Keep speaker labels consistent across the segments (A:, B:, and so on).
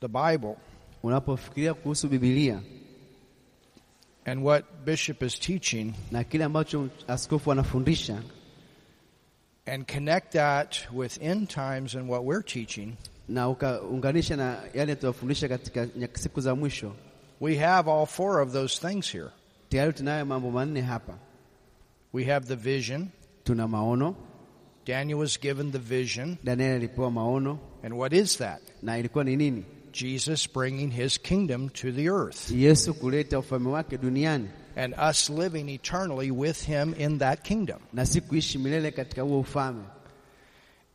A: the Bible
B: unapofikiria kuhusu Biblia
A: and what Bishop is teaching
B: na kile ambacho askofu anafundisha
A: and connect that with end times and what we're teaching,
B: na ukaunganisha na yale tunayofundisha katika nya- siku za mwisho,
A: we have all four of those things here.
B: tayari tunayo mambo manne hapa.
A: We have the vision.
B: Tuna maono,
A: Daniel was given the vision.
B: Danieli alipewa maono
A: And what is that?
B: na ilikuwa ni nini?
A: Jesus bringing his kingdom to the earth
B: Yesu kuleta ufalme wake duniani
A: and us living eternally with him in that kingdom.
B: na si kuishi milele katika huo ufalme,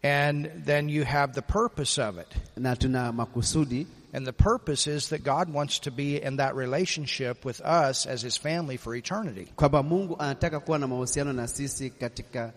A: And then you have the purpose of it.
B: na tuna makusudi
A: And the purpose is that God wants to be in that relationship with us as his family for eternity.
B: kwamba Mungu anataka kuwa na mahusiano na sisi katika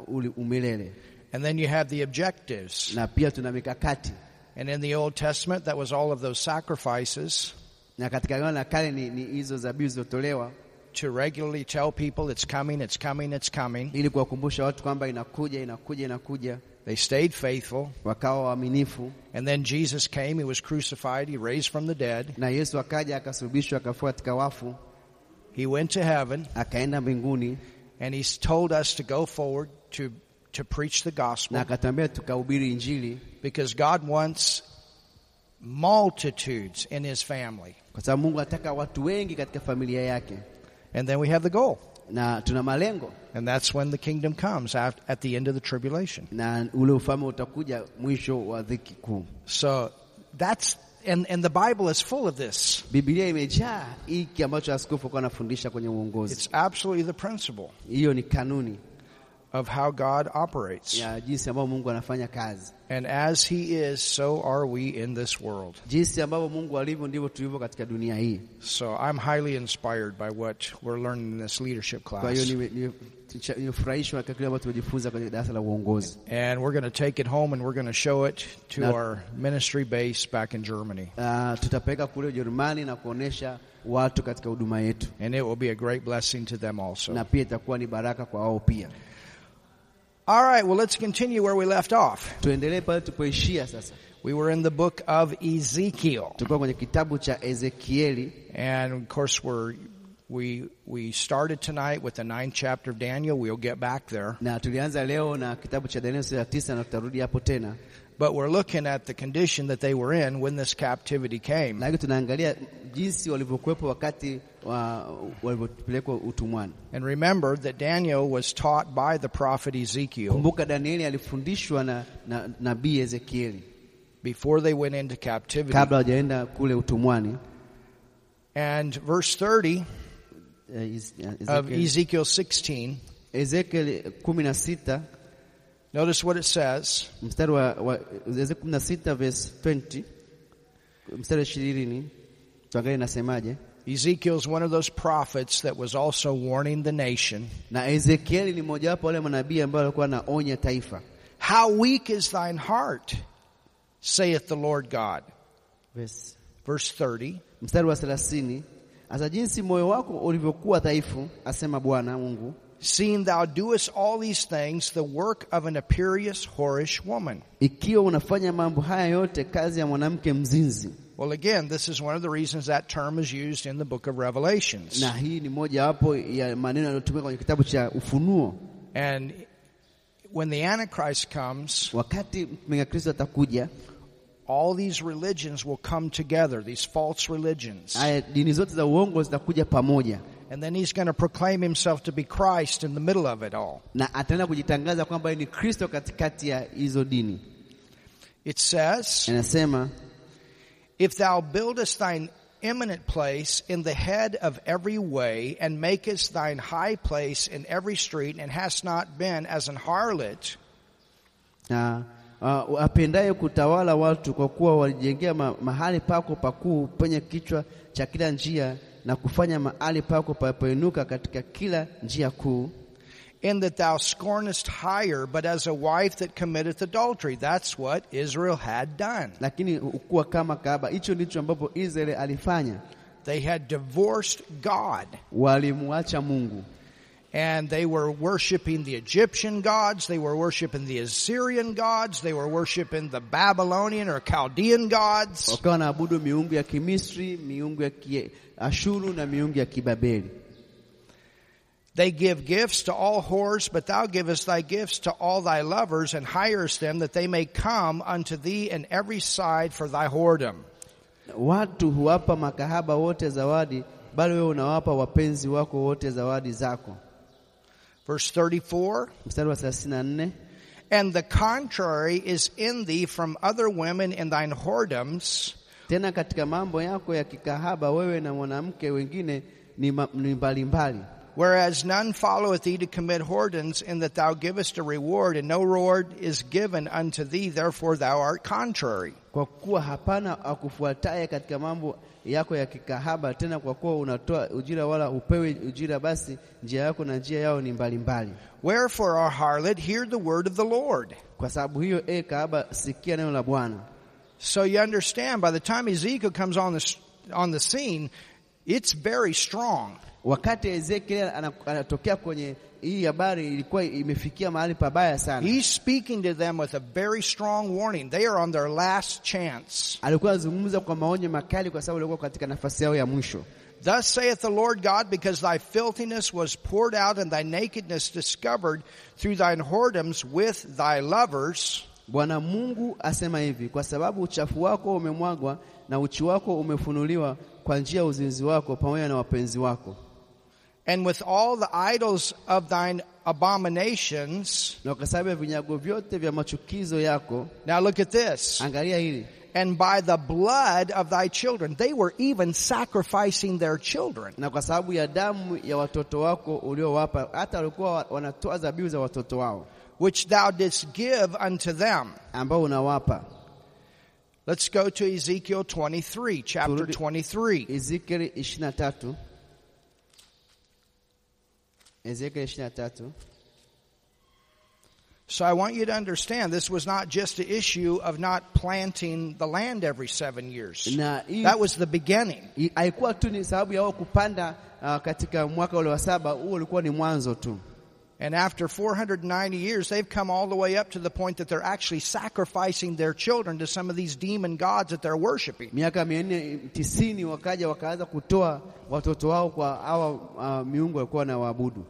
B: uh, uli umilele,
A: And then you have the objectives.
B: na pia tuna mikakati
A: And in the Old Testament, that was all of those sacrifices
B: na katika agano la kale ni ni hizo dhabihu zilizotolewa
A: to regularly tell people it's coming, it's coming, it's coming.
B: ili kuwakumbusha watu kwamba inakuja inakuja inakuja,
A: They stayed faithful.
B: wakawa waaminifu.
A: And then Jesus came, he was crucified, he raised from the dead,
B: Na Yesu akaja akasulubishwa, akafua katika wafu,
A: he went to heaven,
B: akaenda mbinguni
A: and he's told us to go forward to, to preach the
B: na
A: gospel
B: akatambia tukahubiri Injili,
A: because God wants multitudes in his family.
B: kwa sababu Mungu anataka watu wengi katika familia yake,
A: And then we have the goal.
B: na tuna malengo,
A: And that's when the kingdom comes at, at the end of the tribulation.
B: na ule ufalme utakuja mwisho wa dhiki kuu.
A: So that's, and, and the Bible is full of this.
B: Biblia imejaa hiki ambacho askofu alikuwa anafundisha kwenye uongozi.
A: It's absolutely the principle
B: Hiyo ni kanuni
A: of how God operates.
B: ya jinsi ambavyo Mungu anafanya kazi,
A: And as he is, so are we in this world.
B: jinsi ambavyo Mungu alivyo ndivyo tulivyo katika dunia hii.
A: So I'm highly inspired by what we're learning in this leadership
B: Kwa hiyo
A: class.
B: nime- nime- ticha- nimefurahishwa kwa kile ambacho tumejifunza kwenye darasa la uongozi,
A: And we're going to take it home and we're going to show it to
B: Now-
A: our ministry base back in Germany.
B: Ah, tutapeleka kule Ujerumani na kuonesha watu katika huduma yetu,
A: And it will be a great blessing to them also.
B: na pia itakuwa ni baraka kwa wao pia.
A: All right, well, let's continue where we left off.
B: Tuendelee pale tupoishia sasa.
A: We were in the book of Ezekiel.
B: Tulikuwa kwenye kitabu cha Ezekieli
A: And of course, we're, we, we started tonight with the ninth chapter of Daniel. We'll get back there.
B: na tulianza leo na kitabu cha Danieli sura ya tisa na tutarudi hapo tena,
A: But we're looking at the condition that they were in when this captivity came.
B: lakini tunaangalia jinsi walivyokuwepo wakati wa, walivyopelekwa utumwani.
A: And remember that Daniel was taught by the prophet Ezekiel
B: Kumbuka Danieli alifundishwa na, na nabii Ezekieli
A: before they went into captivity.
B: kabla hawajaenda kule utumwani.
A: And verse 30
B: Eh, Eze-
A: of
B: Ezekieli-
A: Ezekiel 16,
B: Ezekieli kumi na sita
A: notice what it says.
B: mstari wa, wa Ezekieli kumi na sita verse 20 mstari wa ishirini tuangalie inasemaje.
A: Ezekiel's one of those prophets that was also warning the nation.
B: Na Ezekieli ni mmojawapo wale manabii ambao alikuwa anaonya taifa.
A: How weak is thine heart, saith the Lord God.
B: Verse-
A: Verse 30.
B: mstari wa 30 hasa jinsi moyo wako ulivyokuwa dhaifu, asema Bwana Mungu,
A: Seeing thou doest all these things, the work of an imperious, whorish woman.
B: ikiwa unafanya mambo haya yote, kazi ya mwanamke mzinzi.
A: Well, again, this is one of the reasons that term is used in the book of Revelations.
B: Na hii ni mojawapo ya maneno yanayotumika kwenye kitabu cha Ufunuo.
A: And when the Antichrist comes,
B: Wakati mpinga Kristo atakuja,
A: all these religions will come together, these false religions.
B: haya dini zote za uongo zitakuja pamoja,
A: And then he's going to proclaim himself to be Christ in the middle of it all.
B: na ataenda kujitangaza kwamba yeye ni Kristo katikati ya hizo dini.
A: It says,
B: Anasema
A: If thou buildest thine eminent place in the head of every way, and makest thine high place in every street, and hast not been as an harlot,
B: na uh, apendaye kutawala watu kwa kuwa walijengea ma, mahali pako pakuu penye kichwa cha kila njia na kufanya mahali pako palipoinuka katika kila njia kuu,
A: in that thou scornest higher, but as a wife that committeth adultery. That's what Israel had done.
B: lakini hukuwa kama kahaba. Hicho ndicho ambapo Israeli alifanya,
A: They had divorced God.
B: walimwacha Mungu.
A: and they were worshiping the Egyptian gods, they were worshiping the Assyrian gods, they were worshiping the Babylonian or Chaldean gods.
B: wakawa wanaabudu miungu ya Kimisri, miungu ya Kiashuru na miungu ya Kibabeli.
A: They give gifts to all whores, but thou givest thy gifts to all thy lovers and hirest them that they may come unto thee in every side for thy whoredom.
B: Watu huwapa makahaba wote zawadi, bali wewe unawapa wapenzi wako wote zawadi zako.
A: Verse 34.
B: Mstari wa 34
A: And the contrary is in thee from other women in thine whoredoms,
B: tena katika mambo yako ya kikahaba wewe na mwanamke wengine ni ma- ni mbalimbali
A: whereas none followeth thee to commit whoredoms, in that thou givest a reward, and no reward is given unto thee, therefore thou art contrary.
B: kwa kuwa hapana akufuataye katika mambo yako ya kikahaba, tena kwa kuwa unatoa ujira wala upewi ujira, basi njia yako na njia yao ni mbalimbali mbali.
A: Wherefore, our harlot, hear the word of the Lord.
B: Kwa sababu hiyo, e kahaba, sikia neno la Bwana.
A: So you understand, by the time Ezekiel comes on the, on the scene, it's very strong.
B: Wakati Ezekiel ana- anatokea kwenye hii habari, ilikuwa imefikia mahali pabaya sana.
A: He's speaking to them with a very strong warning. They are on their last chance.
B: Alikuwa anazungumza kwa maonyo makali, kwa sababu alikuwa katika nafasi yao ya mwisho.
A: Thus saith the Lord God, because thy filthiness was poured out and thy nakedness discovered through thine whoredoms with thy lovers,
B: Bwana Mungu asema hivi, kwa sababu uchafu wako umemwagwa na uchi wako umefunuliwa kwa njia ya uzinzi wako pamoja na wapenzi wako
A: and with all the idols of thine abominations.
B: na kwa sababu ya vinyago vyote vya machukizo yako.
A: Now look at this.
B: Angalia hili,
A: And by the blood of thy children. They were even sacrificing their children.
B: na kwa sababu ya damu ya watoto wako uliowapa, hata walikuwa wa- wanatoa dhabihu za watoto wao
A: which thou didst give unto them.
B: ambao unawapa.
A: Let's go to Ezekiel 23, chapter
B: Turudi-
A: 23.
B: Ezekiel 23 Ezekiel 23
A: So I want you to understand this was not just an issue of not planting the land every seven years.
B: na hii
A: That was the beginning.
B: I- haikuwa tu ni sababu ya wao kupanda uh, katika mwaka ule wa saba. Huo ulikuwa ni mwanzo tu,
A: And after 490 years, they've come all the way up to the point that they're actually sacrificing their children to some of these demon gods that they're worshiping.
B: miaka mia nne tisini wakaja wakaanza kutoa watoto wao kwa hawa uh, miungu walikuwa na waabudu.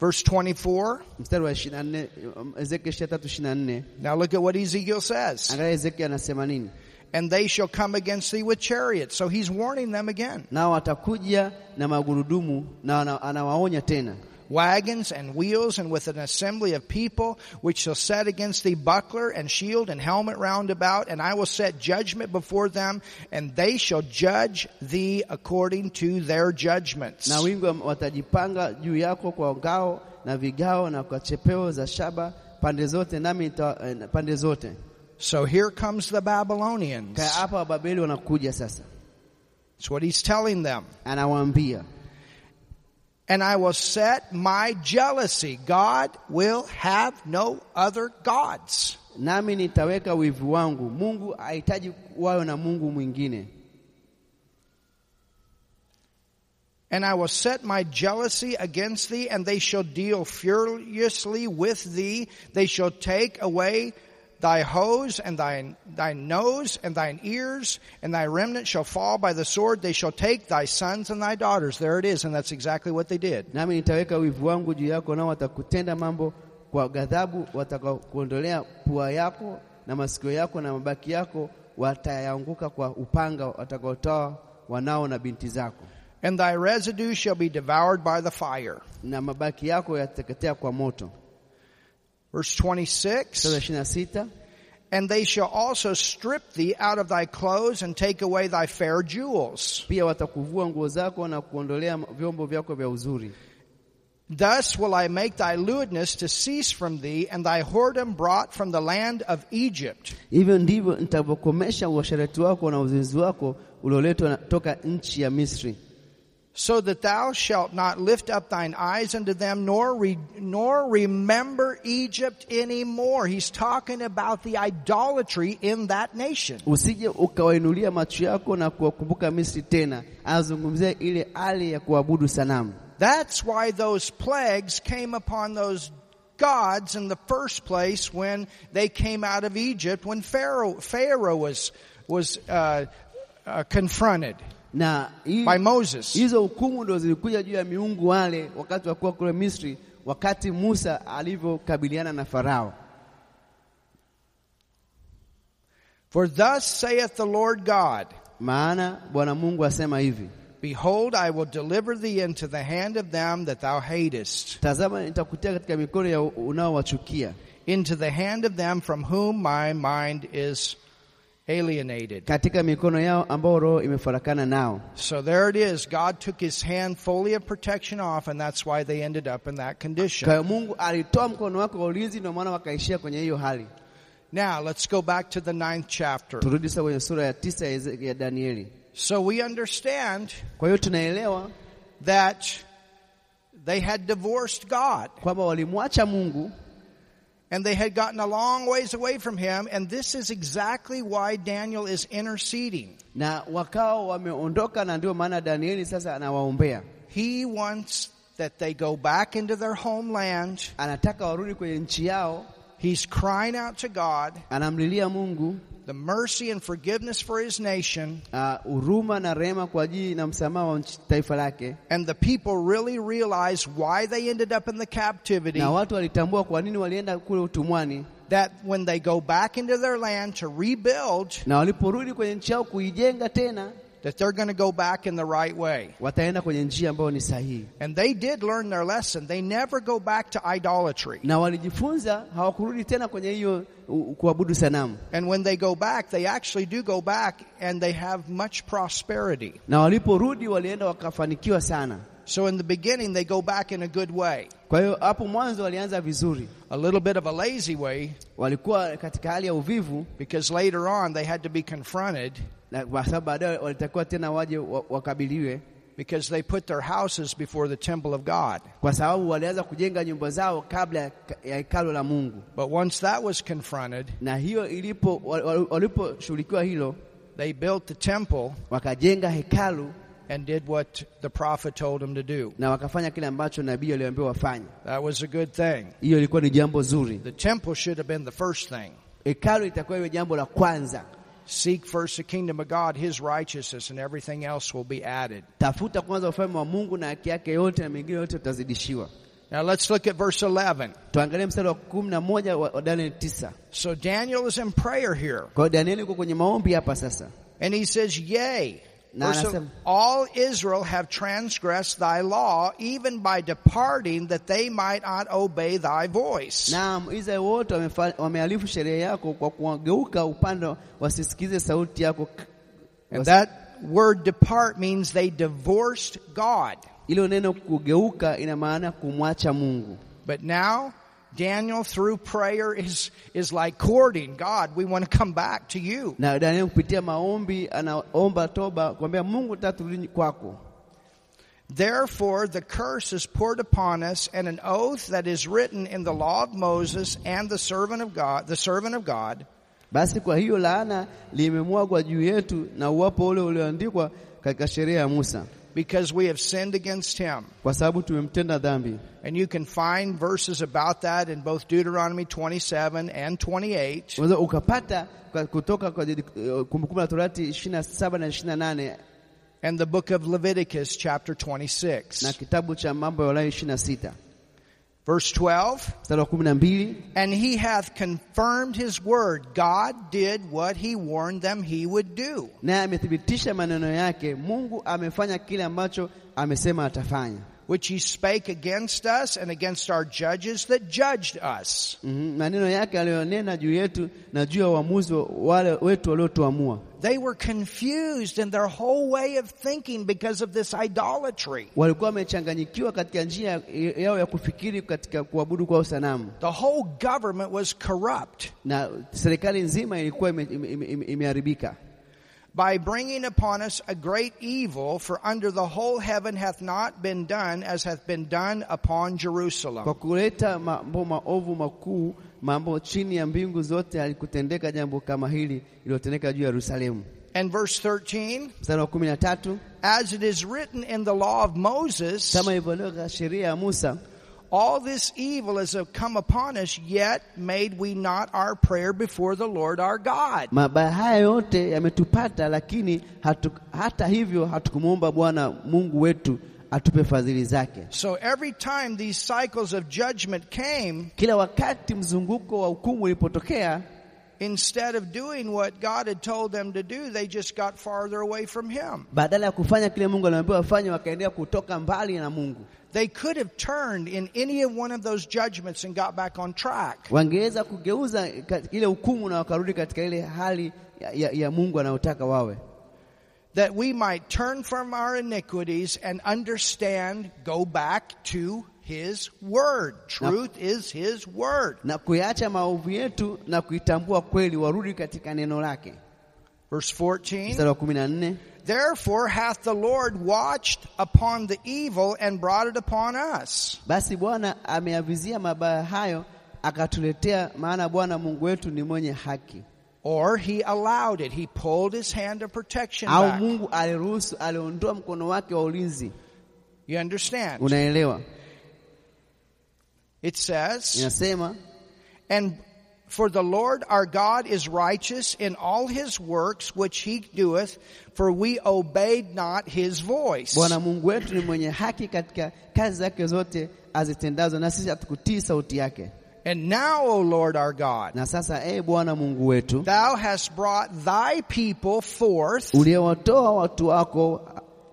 A: Verse 24.
B: Mstari wa 24 um, Ezekiel 23 24,
A: Now look at what Ezekiel says.
B: angalia Ezekiel anasema nini:
A: And they shall come against thee with chariots. So he's warning them again.
B: nao watakuja na magurudumu na wana- anawaonya tena
A: wagons and wheels, and with an assembly of people, which shall set against thee buckler and shield and helmet round about, and I will set judgment before them, and they shall judge thee according to their judgments.
B: na wingu wa- watajipanga juu yako kwa ngao na vigao na kwa chepeo za shaba pande zote, nami nita- eh, pande zote.
A: so here comes the Babylonians.
B: Kaya hapa Wababeli wanakuja sasa,
A: That's what he's telling them.
B: anawaambia
A: And I will set my jealousy. God will have no other gods.
B: nami nitaweka wivu wangu. Mungu hahitaji wawe na mungu mwingine,
A: And I will set my jealousy against thee, and they shall deal furiously with thee. They shall take away thy hose and thine, thine nose and thine ears, and thy remnant shall fall by the sword. They shall take thy sons and thy daughters. There it is, and that's exactly what they did.
B: nami nitaweka wivu wangu juu yako, nao watakutenda mambo kwa ghadhabu, watakakuondolea pua yako na masikio yako na mabaki yako watayanguka kwa upanga, watakaotoa wanao na binti zako,
A: And thy residue shall be devoured by the fire.
B: na mabaki yako yatateketea kwa moto.
A: Verse
B: Sura
A: 26,
B: ishirini na sita
A: and they shall also strip thee out of thy clothes and take away thy fair jewels.
B: pia watakuvua nguo zako na kuondolea vyombo vyako vya uzuri.
A: Thus will I make thy lewdness to cease from thee, and thy whoredom brought from the land of Egypt.
B: Hivyo ndivyo nitavyokomesha uasherati wako na uzinzi wako ulioletwa na- toka nchi ya Misri,
A: So that thou shalt not lift up thine eyes unto them, nor re, nor remember Egypt anymore. He's talking about the idolatry in that nation.
B: usije ukawainulia macho yako na kuwakumbuka Misri tena. Anazungumzia ile hali ya kuabudu sanamu.
A: That's why those plagues came upon those gods in the first place when they came out of Egypt when Pharaoh, Pharaoh was, was uh, uh, confronted
B: na hii-
A: by Moses.
B: hizo hukumu ndo zilikuja juu ya miungu wale wakati wa kuwa kule Misri, wakati Musa alivyokabiliana na Farao.
A: For thus saith the Lord God,
B: Maana Bwana Mungu asema hivi,
A: Behold, I will deliver thee into the hand of them that thou hatest,
B: tazama, nitakutia katika mikono ya unaowachukia,
A: into the hand of them from whom my mind is alienated.
B: katika mikono yao ambao roho imefarakana nao.
A: So there it is. God took his hand fully of protection off, and that's why they ended up in that
B: Kwa
A: condition.
B: hiyo Mungu alitoa mkono wake wa ulinzi, ndio maana wakaishia kwenye hiyo hali.
A: Now let's go back to the ninth chapter.
B: Turudi sasa kwenye sura ya tisa ya Eze- ya Danieli.
A: So we understand
B: Kwa hiyo tunaelewa
A: that they had divorced God
B: kwamba walimwacha Mungu
A: and they had gotten a long ways away from him, and this is exactly why Daniel is interceding.
B: na wakawa wameondoka, na ndio maana Danieli sasa anawaombea,
A: He wants that they go back into their homeland.
B: anataka warudi kwenye nchi yao,
A: He's crying out to God,
B: anamlilia Mungu
A: the mercy and forgiveness for his nation,
B: ah, huruma na rehema kwa ajili na msamaha wa nchi- taifa lake,
A: and the people really realize why they ended up in the captivity.
B: na watu walitambua kwa nini walienda kule utumwani,
A: That when they go back into their land to rebuild,
B: na waliporudi kwenye nchi yao kuijenga tena,
A: that they're going to go back in the right way.
B: wataenda kwenye njia ambayo ni sahihi.
A: And they did learn their lesson. They never go back to idolatry.
B: na walijifunza, hawakurudi tena kwenye hiyo u- kuabudu sanamu,
A: And when they go back, they actually do go back and they have much prosperity.
B: na waliporudi walienda wakafanikiwa sana.
A: So in the beginning, they go back in a good way.
B: Kwa hiyo hapo mwanzo walianza vizuri,
A: A little bit of a lazy way
B: walikuwa katika hali ya uvivu,
A: because later on they had to be confronted
B: na kwa sababu baadaye walitakiwa tena waje wa- wakabiliwe,
A: because they put their houses before the temple of God.
B: kwa sababu walianza kujenga nyumba zao kabla ya ka- ya hekalo la Mungu.
A: But once that was confronted,
B: Na hiyo ilipo wa- wa- waliposhughulikiwa hilo,
A: they built the temple
B: wakajenga hekalu
A: and did what the prophet told them to do.
B: na wakafanya kile ambacho nabii aliwaambiwa wafanye.
A: That was a good thing.
B: Hiyo ilikuwa ni jambo zuri.
A: The temple should have been the first thing.
B: Hekalu itakuwa iwe jambo la kwanza,
A: Seek first the kingdom of God, his righteousness, and everything else will be added.
B: tafuta kwanza ufalme wa Mungu na haki yake yote na mengine yote utazidishiwa.
A: Now let's look at verse 11.
B: Tuangalie mstari wa kumi na moja wa wa Danieli tisa.
A: So Daniel is in prayer here,
B: Kwa hiyo Danieli yuko kwenye maombi hapa sasa,
A: and he says, Yea,
B: Nah,
A: verse
B: that's
A: el-
B: him.
A: all Israel have transgressed thy law, even by departing, that they might not obey thy voice.
B: naam, Israeli wote wamefa- wamehalifu sheria yako kwa kuwageuka upande, wasisikize sauti yako.
A: and that word depart means they divorced God.
B: Ilo neno kugeuka ina maana kumwacha Mungu,
A: But now, Daniel through prayer is, is like courting God. We want to come back to you.
B: na Danieli kupitia maombi anaomba toba, kumwambia Mungu, nataka turudi kwako.
A: Therefore, the curse is poured upon us, and an oath that is written in the law of Moses and the servant of God, the servant of God,
B: Basi kwa hiyo laana limemwagwa juu yetu na uwapo ule ulioandikwa katika sheria ya Musa,
A: because we have sinned against him.
B: kwa sababu tumemtenda dhambi.
A: And you can find verses about that in both Deuteronomy 27 and 28.
B: Unaweza ukapata kwa- kutoka kwa jadi- eh, Kumbukumbu la Torati 27 na 28
A: and the book of Leviticus, chapter
B: na
A: 26,
B: kitabu cha Mambo ya Walawi 26
A: verse 12.
B: mstari wa 12,
A: And he hath confirmed his word. God did what he warned them he would do.
B: naye amethibitisha maneno yake. Mungu amefanya kile ambacho amesema atafanya.
A: which he spake against us and against our judges that judged us.
B: Mhm, Maneno yake aliyonena juu yetu na juu ya uamuzi wa wale wetu waliotuamua.
A: They were confused in their whole way of thinking because of this idolatry.
B: walikuwa wamechanganyikiwa katika njia yao ya kufikiri katika kuabudu kwao sanamu,
A: The whole government was corrupt.
B: na serikali nzima ilikuwa ime- ime- ime- imeharibika.
A: By bringing upon us a great evil, for under the whole heaven hath not been done as hath been done upon
B: Kwa
A: Jerusalem.
B: kuleta mambo maovu makuu, mambo chini ya mbingu zote, halikutendeka jambo kama hili iliyotendeka juu ya Yerusalemu.
A: And verse 13,
B: mstari wa kumi na tatu
A: as it is written in the law of Moses,
B: kama ilivyologha sheria ya Musa,
A: all this evil has come upon us, yet made we not our prayer before the Lord our God.
B: mabaya haya yote yametupata, lakini hatu, hata hivyo hatukumwomba Bwana Mungu wetu atupe fadhili zake.
A: So every time these cycles of judgment came,
B: Kila wakati mzunguko wa hukumu ulipotokea,
A: instead of doing what God had told them to do, they just got farther away from Him.
B: badala ya kufanya kile Mungu aliambiwa wafanye, wakaendelea kutoka mbali na Mungu.
A: They could have turned in any of one of those judgments and got back on track.
B: Wangeweza kugeuza ka- ile hukumu na wakarudi katika ile hali ya, ya, ya Mungu anayotaka wawe,
A: That we might turn from our iniquities and understand, go back to His Word. Truth is His Word.
B: na kuyaacha maovu yetu na kuitambua kweli, warudi katika neno lake.
A: Verse 14.
B: Mstari wa kumi na nne
A: Therefore hath the Lord watched upon the evil and brought it upon us.
B: Basi Bwana ameavizia mabaya hayo akatuletea, maana Bwana Mungu wetu ni mwenye haki.
A: Or he allowed it. He pulled his hand of protection
B: Au
A: back.
B: Mungu aliruhusu, aliondoa mkono wake wa ulinzi.
A: You understand?
B: Unaelewa?
A: It says,
B: Inasema
A: And for the Lord our God is righteous in all his works which he doeth, for we obeyed not his voice.
B: Bwana Mungu wetu ni mwenye haki katika kazi zake zote azitendazo, na sisi hatukutii sauti yake.
A: And now, O Lord our God,
B: Na sasa ee Bwana Mungu wetu,
A: thou hast brought thy people forth
B: uliowatoa watu wako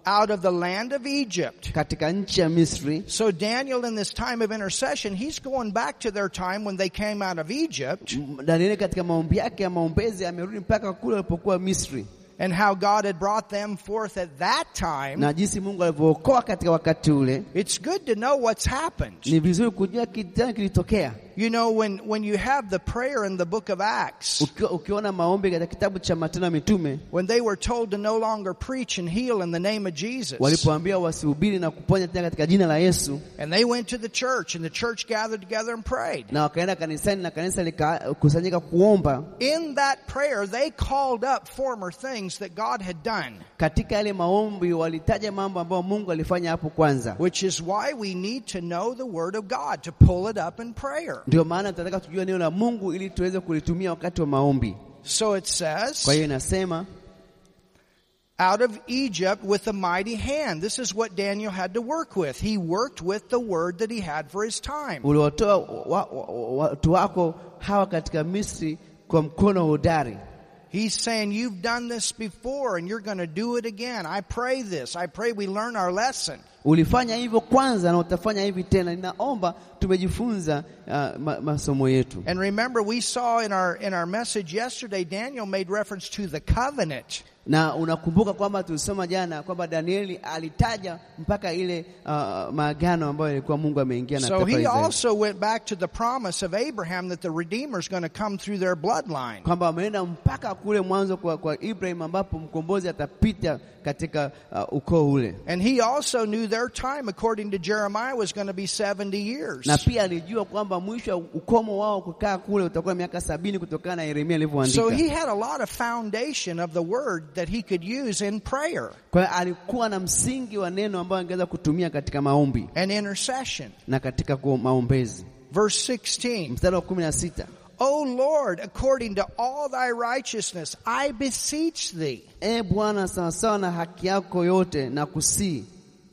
A: out of the land of Egypt.
B: katika nchi ya Misri.
A: So Daniel in this time of intercession, he's going back to their time when they came out of Egypt
B: M- Danieli katika maombi yake ya maombezi amerudi mpaka kule alipokuwa Misri,
A: and how God had brought them forth at that time.
B: na jinsi Mungu alivyookoa katika wakati ule.
A: It's good to know what's happened.
B: Ni vizuri kujua kitu gani kilitokea.
A: You know, when, when you have the prayer in the book of Acts,
B: Ukiwa, ukiona maombi katika kitabu cha Matendo ya Mitume
A: when they were told to no longer preach and heal in the name of Jesus,
B: walipoambiwa wasihubiri na kuponya tena katika jina la Yesu,
A: and they went to the church and the church gathered together and prayed.
B: na wakaenda kanisani na kanisa likakusanyika kuomba.
A: In that prayer, they called up former things that God had done,
B: Katika yale maombi walitaja mambo ambayo Mungu alifanya hapo kwanza.
A: which is why we need to know the Word of God to pull it up in prayer.
B: Ndio maana tunataka tujue neno la Mungu ili tuweze kulitumia wakati wa maombi.
A: So it
B: Kwa
A: says,
B: hiyo inasema
A: out of Egypt with a mighty hand. This is what Daniel had to work with. He worked with the word that he had for his time.
B: uliwatoa wa- wa- wa- watu wako hawa katika Misri kwa mkono hodari.
A: He's saying, You've done this before and you're going to do it again. I pray this. I pray we learn our lesson.
B: Ulifanya hivyo kwanza na utafanya hivi tena. Ninaomba tumejifunza uh, ma, masomo yetu.
A: And remember, we saw in our, in our message yesterday, Daniel made reference to the covenant.
B: Na unakumbuka kwamba tulisoma jana kwamba Danieli alitaja mpaka ile uh, maagano ambayo ilikuwa Mungu ameingia na
A: So
B: taifa la
A: he
B: Israeli.
A: also went back to the promise of Abraham that the Redeemer is going to come through their bloodline.
B: kwamba wameenda mpaka kule mwanzo kwa, kwa Ibrahim ambapo mkombozi atapita katika uh, ukoo ule,
A: And he also knew their time, according to Jeremiah, was going to be 70 years.
B: na pia alijua kwamba mwisho wa ukomo wao kukaa kule utakuwa miaka sabini kutokana na Yeremia alivyoandika.
A: So he had a lot of foundation of the word that he could use in prayer
B: Kwa hiyo alikuwa na msingi wa neno ambao angeweza kutumia katika maombi
A: and intercession.
B: na katika ku- maombezi.
A: Verse 16.
B: Mstari wa kumi na sita
A: O Lord, according to all thy righteousness, I beseech thee.
B: E Bwana, sawasawa na haki yako yote na kusii.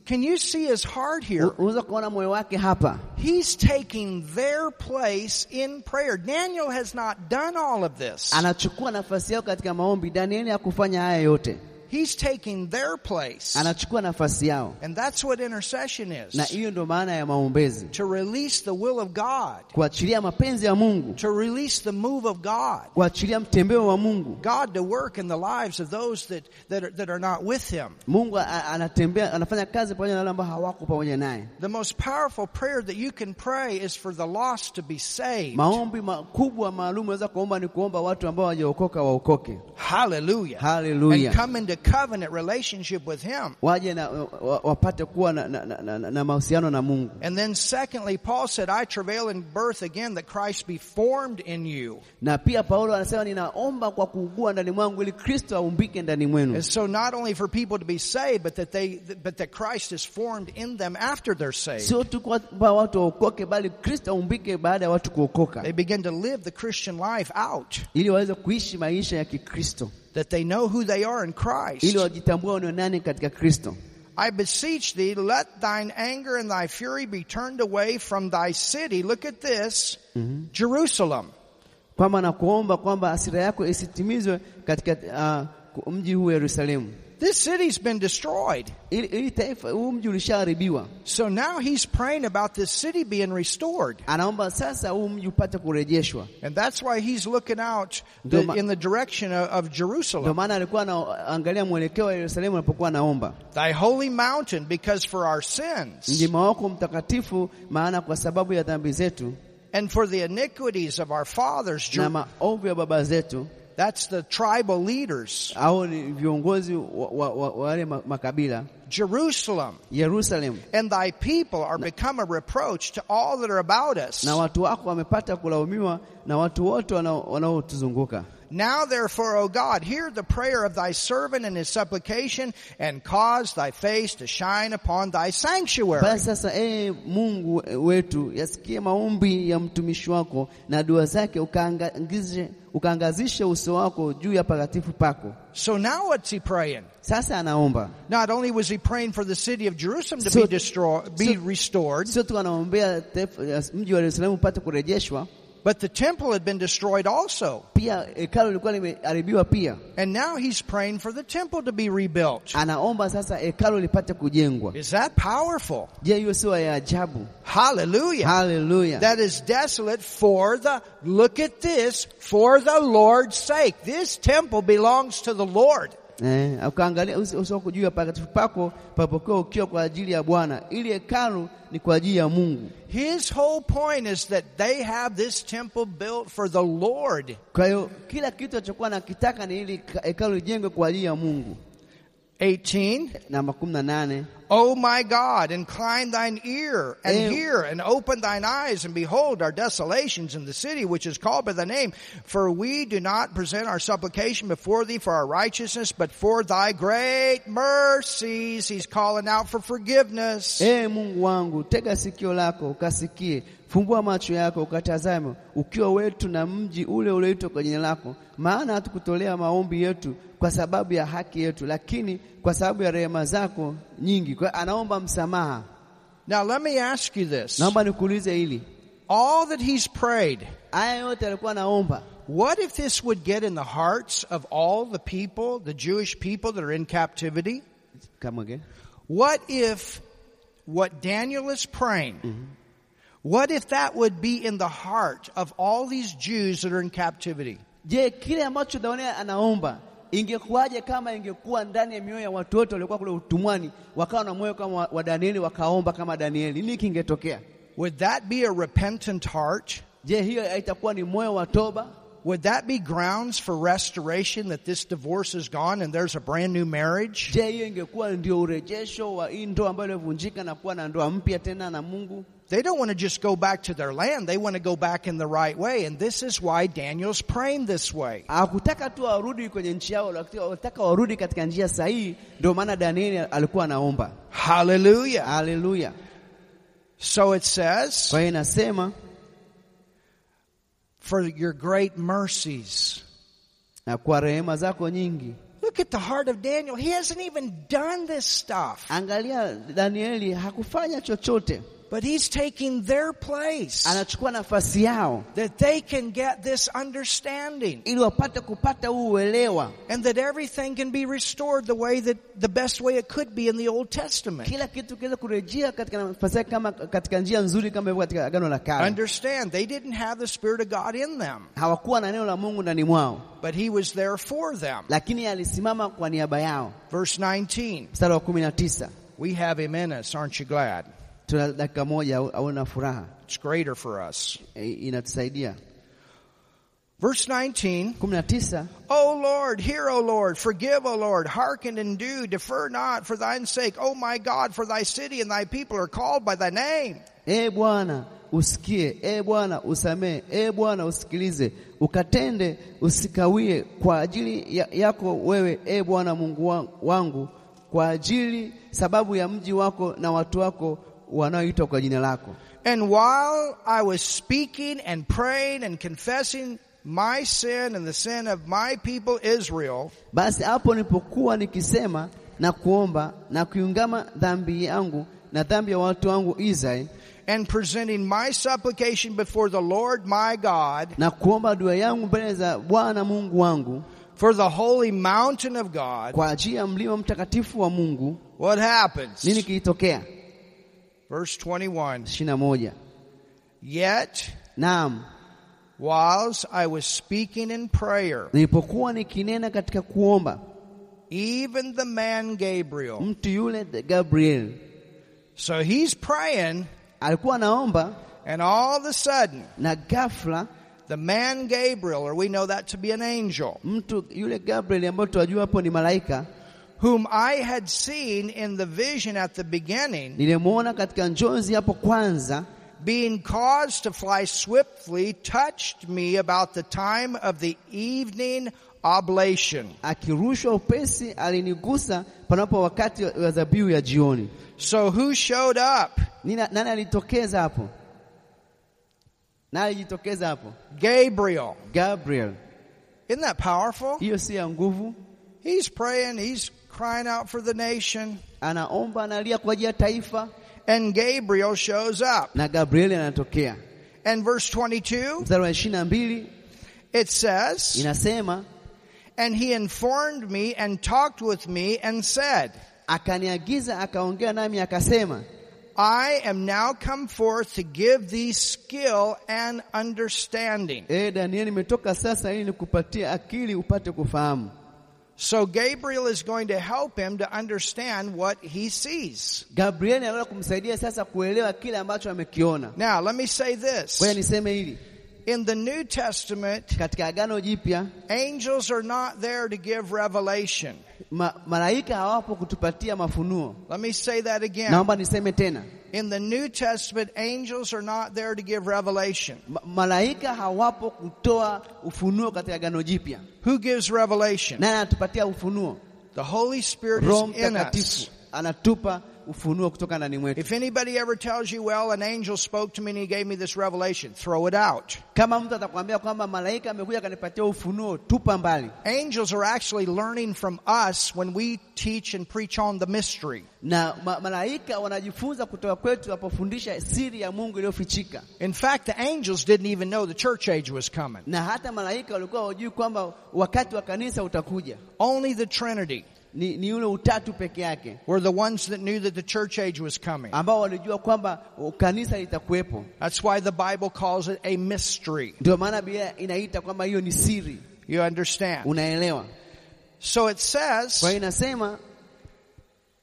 A: Can you see his heart
B: U-
A: here?
B: Unaweza kuona moyo wake hapa,
A: He's taking their place in prayer. Daniel has not done all of this.
B: anachukua nafasi yao katika maombi. Danieli hakufanya haya yote,
A: He's taking their place.
B: anachukua nafasi yao,
A: And that's what intercession
B: na
A: is.
B: hiyo ndio maana ya maombezi,
A: To release the will of God.
B: kuachilia mapenzi ya Mungu,
A: To release the move of God.
B: kuachilia mtembeo wa Mungu.
A: God to work in the lives of those that, that, are, that are not with Him.
B: Mungu a- a- anatembea, anafanya kazi pamoja na wale ambao hawako pamoja naye.
A: The most powerful prayer that you can pray is for the lost to be saved.
B: Maombi makubwa maalum unaweza kuomba ni kuomba watu ambao hawajaokoka waokoke.
A: Hallelujah.
B: Hallelujah.
A: And come into covenant relationship with Him.
B: waje na wa- wapate kuwa na, na, na, na, na mahusiano na Mungu.
A: And then secondly, Paul said, I travail in birth again that Christ be formed in you.
B: Na pia Paulo anasema ninaomba kwa kuugua ndani mwangu ili Kristo aumbike ndani mwenu.
A: And so not only for people to be saved, but that they, but that Christ is formed in them after they're saved.
B: Sio tu kwamba watu waokoke, bali Kristo aumbike baada ya watu kuokoka,
A: They begin to live the Christian life out,
B: ili waweze kuishi maisha ya Kikristo,
A: that they know who they are in Christ.
B: ili wajitambue wao ni nani katika Kristo.
A: I beseech thee, let thine anger and thy fury be turned away from thy city. Look at this, Jerusalem.
B: kwamba nakuomba kwamba hasira yako isitimizwe katika uh, mji huu Yerusalemu,
A: This city's been destroyed.
B: ili, ili taifa huu mji ulishaharibiwa.
A: So now he's praying about this city being restored.
B: Anaomba sasa huu mji upate kurejeshwa.
A: And that's why he's looking out the-
B: Doma-
A: in the direction of, of
B: Ndio
A: Jerusalem,
B: maana alikuwa anaangalia mwelekeo wa Yerusalemu alipokuwa anaomba,
A: thy holy mountain, because for our sins
B: mlima wako mtakatifu, maana kwa sababu ya dhambi zetu
A: and for the iniquities of our fathers. Jer-
B: na maovu ya baba zetu,
A: That's the tribal leaders.
B: au ni viongozi wa, wa, wa, wa wale ma- makabila
A: Jerusalem
B: Yerusalemu
A: and thy people are become a reproach to all that are about us.
B: na watu wako wamepata kulaumiwa na watu wote wanao- wanaotuzunguka.
A: Now therefore, O God, hear the prayer of thy servant and his supplication and cause thy face to shine upon thy sanctuary.
B: Basi sasa ee Mungu wetu, yasikie maombi ya mtumishi wako na dua zake, ukaangazishe, ukaangazishe uso wako juu ya patakatifu pako.
A: So now what's he praying?
B: Sasa anaomba
A: Not only was he praying for the city of Jerusalem to
B: So-
A: be destroyed, be
B: so-
A: restored,
B: sio tu anaombea taifa- mji wa Yerusalemu upate kurejeshwa,
A: but the temple had been destroyed also.
B: pia hekalo lilikuwa limeharibiwa pia.
A: And now he's praying for the temple to be rebuilt.
B: Anaomba sasa hekalo lipate kujengwa.
A: Is that powerful?
B: Je, hiyo sio ya ajabu?
A: Hallelujah.
B: Haleluya!
A: that is desolate for the, look at this, for the Lord's sake. This temple belongs to the Lord.
B: Eh, ukaangalia uso uso wako juu ya patakatifu pako papokuwa ukiwa kwa ajili ya Bwana, ili hekalu ni kwa ajili ya Mungu.
A: His whole point is that they have this temple built for the Lord.
B: Kwa hiyo kila kitu alichokuwa nakitaka ni ili ka- hekalu lijengwe kwa ajili ya Mungu.
A: 18.
B: Namba kumi na nane
A: O my God, incline thine ear and
B: Eh.
A: hear and open thine eyes and behold our desolations in the city which is called by the name. For we do not present our supplication before thee for our righteousness, but for thy great mercies. He's calling out for forgiveness.
B: Ee Mungu wangu, tega sikio lako ukasikie, fumbua macho yako ukatazame ukiwa wetu na mji ule ulioitwa kwa jina lako, maana hatukutolea maombi yetu kwa sababu ya haki yetu, lakini kwa sababu ya rehema zako nyingi. Kwa hiyo anaomba msamaha.
A: Now let me ask you this.
B: Naomba nikuulize hili,
A: All that he's prayed,
B: haya yote alikuwa anaomba
A: What if this would get in the hearts of all the people, the Jewish people that are in captivity?
B: kama ge
A: What if what Daniel is praying, what if that would be in the heart of all these Jews that are in captivity?
B: Je, kile ambacho Daonea anaomba ingekuwaje kama ingekuwa ndani ya mioyo ya watu wote waliokuwa kule utumwani, wakawa na moyo kama wa- wa Danieli, wakaomba kama Danieli? Nini kingetokea?
A: Would that be a repentant heart?
B: Je, hiyo haitakuwa ni moyo wa toba?
A: Would that be grounds for restoration that this divorce is gone and there's a brand new marriage?
B: Je, hiyo ingekuwa ndio urejesho wa hii ndoa ambayo ilivunjika na kuwa na ndoa mpya tena na Mungu?
A: They don't want to just go back to their land. They want to go back in the right way. And this is why Daniel's praying this way.
B: Hakutaka tu warudi kwenye nchi yao, lakini walitaka warudi katika njia sahihi. Ndio maana Danieli alikuwa anaomba.
A: Hallelujah.
B: Haleluya!
A: So it says,
B: Kwa hiyo inasema
A: for your great mercies.
B: na kwa rehema zako nyingi
A: Look at the heart of Daniel. He hasn't even done this stuff,
B: Angalia, Danieli hakufanya chochote,
A: but he's taking their place
B: anachukua nafasi yao
A: that they can get this understanding
B: ili wapate kupata huu uelewa,
A: and that everything can be restored the way that the best way it could be in the Old Testament.
B: kila kitu kiweze kurejea katika nafasi yake kama katika njia nzuri kama hivyo katika Agano la Kale.
A: Understand, they didn't have the Spirit of God in them,
B: Hawakuwa na neno la Mungu ndani mwao,
A: but He was there for them.
B: lakini alisimama kwa niaba yao.
A: Verse 19,
B: Mstari wa kumi na tisa
A: we have Him in us, aren't you glad?
B: tuna dakika moja au au na furaha
A: It's greater for us.
B: e, inatusaidia
A: Verse 19,
B: kumi na tisa
A: O Lord, hear, O Lord, forgive, O Lord, hearken and do, defer not for thine sake, O my God, for thy city and thy people are called by thy name.
B: e Bwana usikie, e Bwana usamee, e Bwana usikilize, ukatende, usikawie kwa ajili ya, yako wewe, e Bwana Mungu wa- wangu, kwa ajili sababu ya mji wako na watu wako wanaoitwa kwa jina lako.
A: And while I was speaking and praying and confessing my sin and the sin of my people Israel,
B: Basi hapo nilipokuwa nikisema na kuomba na kuiungama dhambi yangu na dhambi ya watu wangu Israeli
A: and presenting my supplication before the Lord my God
B: na kuomba dua yangu mbele za Bwana Mungu wangu
A: for the holy mountain of God,
B: kwa ajili ya mlima mtakatifu wa Mungu,
A: what happens?
B: nini kilitokea?
A: Verse 21.
B: 21.
A: Yet,
B: Naam,
A: whilst I was speaking in prayer,
B: nilipokuwa nikinena katika kuomba,
A: even the man Gabriel,
B: mtu yule Gabriel
A: so he's praying,
B: alikuwa anaomba,
A: and all of a sudden,
B: na ghafla
A: the man Gabriel, or we know that to be an angel,
B: mtu yule Gabriel ambaye tunajua hapo ni malaika,
A: whom I had seen in the vision at the beginning,
B: nilimwona katika njozi hapo kwanza,
A: being caused to fly swiftly, touched me about the time of the evening oblation.
B: akirushwa upesi, alinigusa panapo wakati wa dhabihu ya jioni.
A: So who showed up?
B: Nina, nani alitokeza hapo? Nani alijitokeza hapo?
A: Gabriel.
B: Gabriel.
A: Isn't that powerful?
B: Hiyo si ya nguvu,
A: He's praying, he's crying out for the nation,
B: anaomba analia kwa ajili ya taifa,
A: and Gabriel shows up.
B: na Gabrieli anatokea.
A: And verse 22,
B: Mstari wa ishirini na mbili
A: it says,
B: inasema
A: And he informed me and talked with me and said,
B: akaniagiza akaongea nami akasema,
A: I am now come forth to give thee skill and understanding.
B: e Danieli, nimetoka sasa ili nikupatie akili upate kufahamu.
A: So Gabriel is going to help him to understand what he sees.
B: Gabrieli anaweza kumsaidia sasa kuelewa kile ambacho amekiona.
A: Now, let me say this.
B: Kwa hiyo niseme hili,
A: In the New Testament,
B: katika Agano Jipya
A: angels are not there to give revelation.
B: ma, malaika hawapo kutupatia mafunuo.
A: Let me say that again.
B: Naomba niseme tena,
A: In the New Testament, angels are not there to give revelation.
B: ma, malaika hawapo kutoa ufunuo katika Agano Jipya.
A: Who gives revelation?
B: Nani anatupatia ufunuo?
A: The Holy Spirit
B: Roho
A: is in us.
B: Mtakatifu anatupa ufunuo kutoka ndani mwetu.
A: If anybody ever tells you, well, an angel spoke to me and he gave me this revelation, throw it out.
B: Kama mtu atakwambia kwamba malaika amekuja akanipatia ufunuo, tupa mbali.
A: Angels are actually learning from us when we teach and preach on the mystery.
B: Na ma malaika wanajifunza kutoka kwetu wanapofundisha siri ya Mungu iliyofichika.
A: In fact, the angels didn't even know the church age was coming.
B: Na hata malaika walikuwa hawajui kwamba wakati wa kanisa utakuja.
A: Only the Trinity
B: Ni, ni ule utatu peke yake
A: were the ones that knew that the church age was coming.
B: ambao walijua kwamba kanisa litakuwepo.
A: That's why the Bible calls it a mystery.
B: Ndio maana Biblia inaita kwamba hiyo ni siri,
A: You understand?
B: unaelewa?
A: So it
B: Kwa hiyo
A: says
B: inasema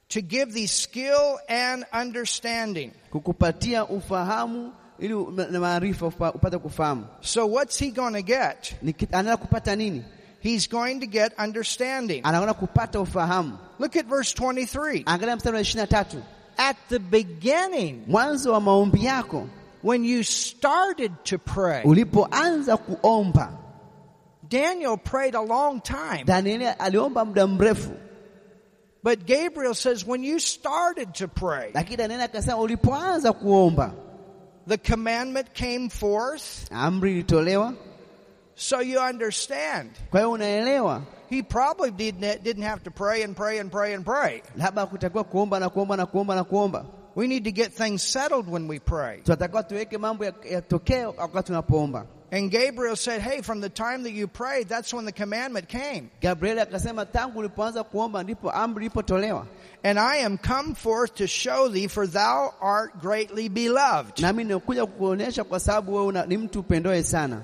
A: to give thee skill and understanding.
B: kukupatia ufahamu ili u- na maarifa ufa- upate kufahamu.
A: So what's he going to get?
B: Ni kit- Anaenda kupata nini?
A: He's going to get understanding.
B: Anaenda kupata ufahamu.
A: Look at verse 23.
B: Angalia mstari wa ishirini na tatu.
A: At the beginning,
B: Mwanzo wa maombi yako
A: when you started to pray,
B: ulipoanza kuomba,
A: Daniel prayed a long time.
B: Danieli aliomba muda mrefu,
A: But Gabriel says, when you started to pray,
B: lakini Danieli akasema ulipoanza kuomba,
A: the commandment came forth.
B: amri ilitolewa.
A: So you understand.
B: Kwa hiyo unaelewa,
A: He probably didn't, didn't have to pray and pray and pray and pray.
B: labda kutakiwa kuomba na kuomba na kuomba na kuomba.
A: We need to get things settled when we pray.
B: Tunatakiwa tuweke mambo ya- yatokee wakati tunapoomba.
A: And Gabriel said, hey, from the time that you prayed, that's when the commandment came.
B: Gabrieli akasema tangu ulipoanza kuomba ndipo amri ilipotolewa,
A: And I am come forth to show thee, for thou art greatly beloved.
B: nami nimekuja kukuonyesha kwa sababu wewe una- ni mtu upendoe sana.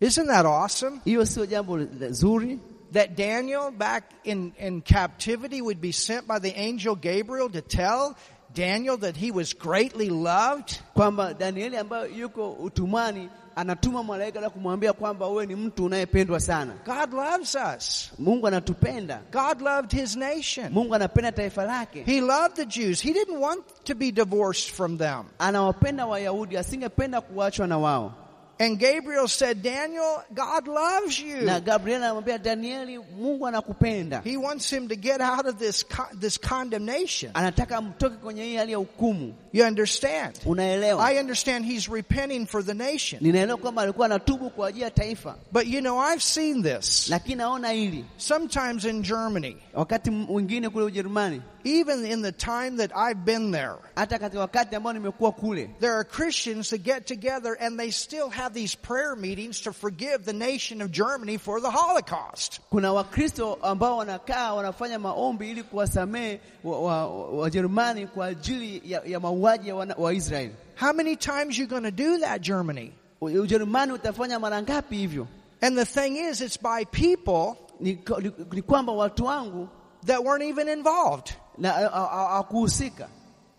A: Isn't that awesome?
B: Hiyo sio jambo zuri
A: That Daniel, back in, in captivity, would be sent by the angel Gabriel to tell Daniel that he was greatly loved.
B: kwamba Danieli ambayo yuko utumwani anatuma malaika la kumwambia kwamba wewe ni mtu unayependwa sana.
A: God loves us.
B: Mungu anatupenda,
A: God loved his nation.
B: Mungu anapenda taifa lake,
A: He loved the Jews. He didn't want to be divorced from them.
B: anawapenda Wayahudi, asingependa kuachwa na wao.
A: And Gabriel said, Daniel, God loves you.
B: Na Gabriel anamwambia Danieli, Mungu anakupenda,
A: He wants him to get out of this, con- this condemnation.
B: anataka mtoke kwenye hii hali ya hukumu.
A: You understand?
B: Unaelewa?
A: I understand he's repenting for the nation.
B: Ninaelewa kwamba alikuwa anatubu kwa ajili ya taifa,
A: But you know, I've seen this.
B: lakini naona hili
A: Sometimes in Germany,
B: wakati mwingine kule Ujerumani,
A: even in the time that I've been there,
B: hata katika wakati ambao nimekuwa kule
A: there are Christians that get together and they still have these prayer meetings to forgive the nation of Germany for the Holocaust.
B: kuna Wakristo ambao wanakaa wanafanya maombi ili kuwasamehe Wajerumani wa, wa Wajerumani kwa ajili ya, ya mauaji ya wana- Waisraeli.
A: How many times you going to do that, Germany?
B: U- Ujerumani utafanya mara ngapi hivyo?
A: And the thing is, it's by people
B: Ni, ko- ni, ni kwamba watu wangu
A: that weren't even involved.
B: na a- a- a- hakuhusika.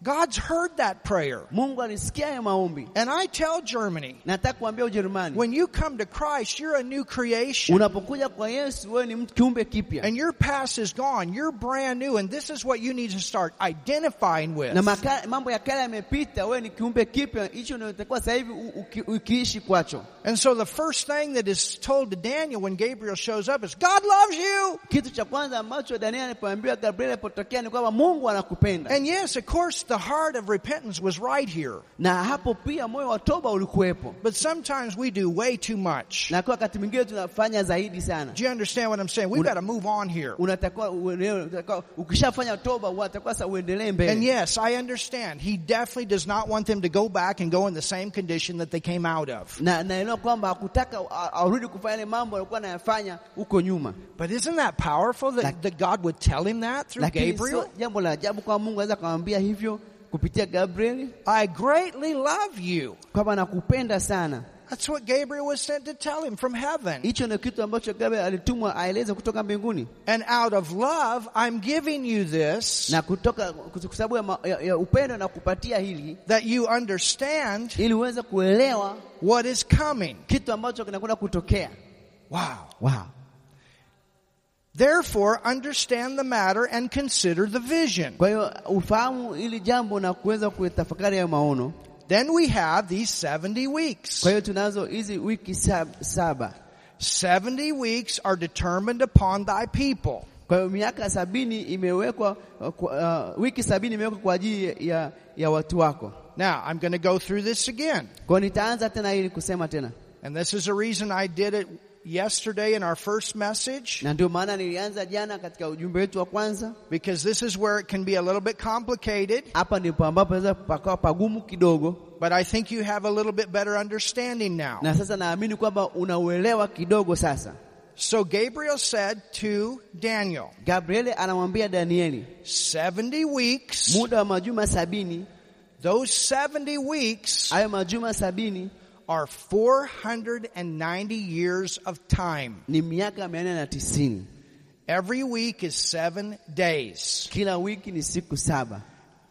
A: God's heard that prayer.
B: Mungu alisikia hayo maombi.
A: And I tell Germany,
B: Nataka kuambia Ujerumani,
A: when you come to Christ, you're a new creation.
B: unapokuja kwa Yesu wewe ni mtu- kiumbe kipya
A: And your past is gone. You're brand new. And this is what you need to start identifying with.
B: na maka, mambo ya kale yamepita, wewe ni kiumbe kipya, hicho unayotakiwa sasa hivi u- uki, ukiishi kwacho.
A: And so the first thing that is told to Daniel when Gabriel shows up is, God loves you.
B: Kitu cha kwanza ambacho Daniel alipoambiwa Gabriel alipotokea ni kwamba Mungu anakupenda,
A: And yes, of course, the heart of repentance was right here.
B: na hapo pia moyo wa toba ulikuwepo,
A: But sometimes we do way too much.
B: na kwa wakati mwingine tunafanya zaidi sana.
A: Do you understand what I'm saying? We've got to move on here.
B: Unatakiwa uelewe, unatakiwa- ukishafanya toba unatakiwa sasa uendelee
A: And
B: mbele.
A: yes, I understand. He definitely does not want them to go back and go in the same condition that they came out of.
B: Na naelewa kwamba hakutaka a- arudi kufanya yale mambo alikuwa anayafanya huko nyuma,
A: But isn't that powerful that,
B: Like-
A: that God would tell him that through
B: lakini
A: Gabriel?
B: sio jambo la ajabu kwamba Mungu anaweza akamwambia hivyo kupitia Gabriel
A: I greatly love you.
B: kwamba nakupenda sana.
A: That's what Gabriel was sent to tell him from heaven.
B: Hicho ndio kitu ambacho Gabriel alitumwa aeleze kutoka mbinguni.
A: And out of love, I'm giving you this
B: na kutoka kwa sababu ya, ma- ya, ya upendo na kupatia hili
A: that you understand
B: ili uweze kuelewa
A: what is coming.
B: kitu ambacho kinakwenda kutokea.
A: Wow.
B: Wow.
A: Therefore, understand the matter and consider the vision.
B: Kwa hiyo ufahamu hili jambo na kuweza kutafakari hayo maono.
A: Then we have these 70 weeks.
B: Kwa hiyo tunazo hizi wiki sab, saba.
A: 70 weeks are determined upon thy people.
B: Kwa hiyo miaka sabini imewekwa uh, kwa- uh, wiki sabini imewekwa kwa ajili ya, ya watu wako.
A: Now, I'm going to go through this again.
B: Kwa hiyo nitaanza tena ili kusema tena,
A: And this is the reason I did it yesterday in our first message,
B: na ndio maana nilianza jana katika ujumbe wetu wa kwanza.
A: because this is where it can be a little bit complicated,
B: Hapa ndipo ambapo naweza pakawa pagumu kidogo,
A: but I think you have a little bit better understanding now.
B: na sasa naamini kwamba unauelewa kidogo sasa.
A: So Gabriel said to Daniel,
B: Gabrieli anamwambia Danieli
A: 70 weeks,
B: muda wa majuma sabini,
A: those 70 weeks
B: hayo majuma sabini
A: are 490 years of time.
B: ni miaka mia nne na tisini.
A: Every week is seven days.
B: Kila wiki ni siku saba.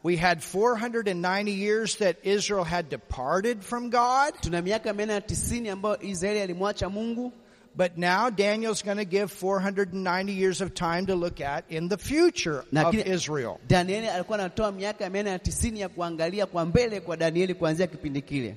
A: We had 490 years that Israel had departed from God,
B: Tuna miaka mia nne na tisini ambayo Israeli alimwacha Mungu,
A: but now Daniel's going to give 490 years of time to look at in the future
B: na
A: of
B: kile-
A: Israel.
B: Danieli alikuwa anatoa miaka mia nne na tisini ya kuangalia kwa mbele kwa Danieli kuanzia kipindi kile.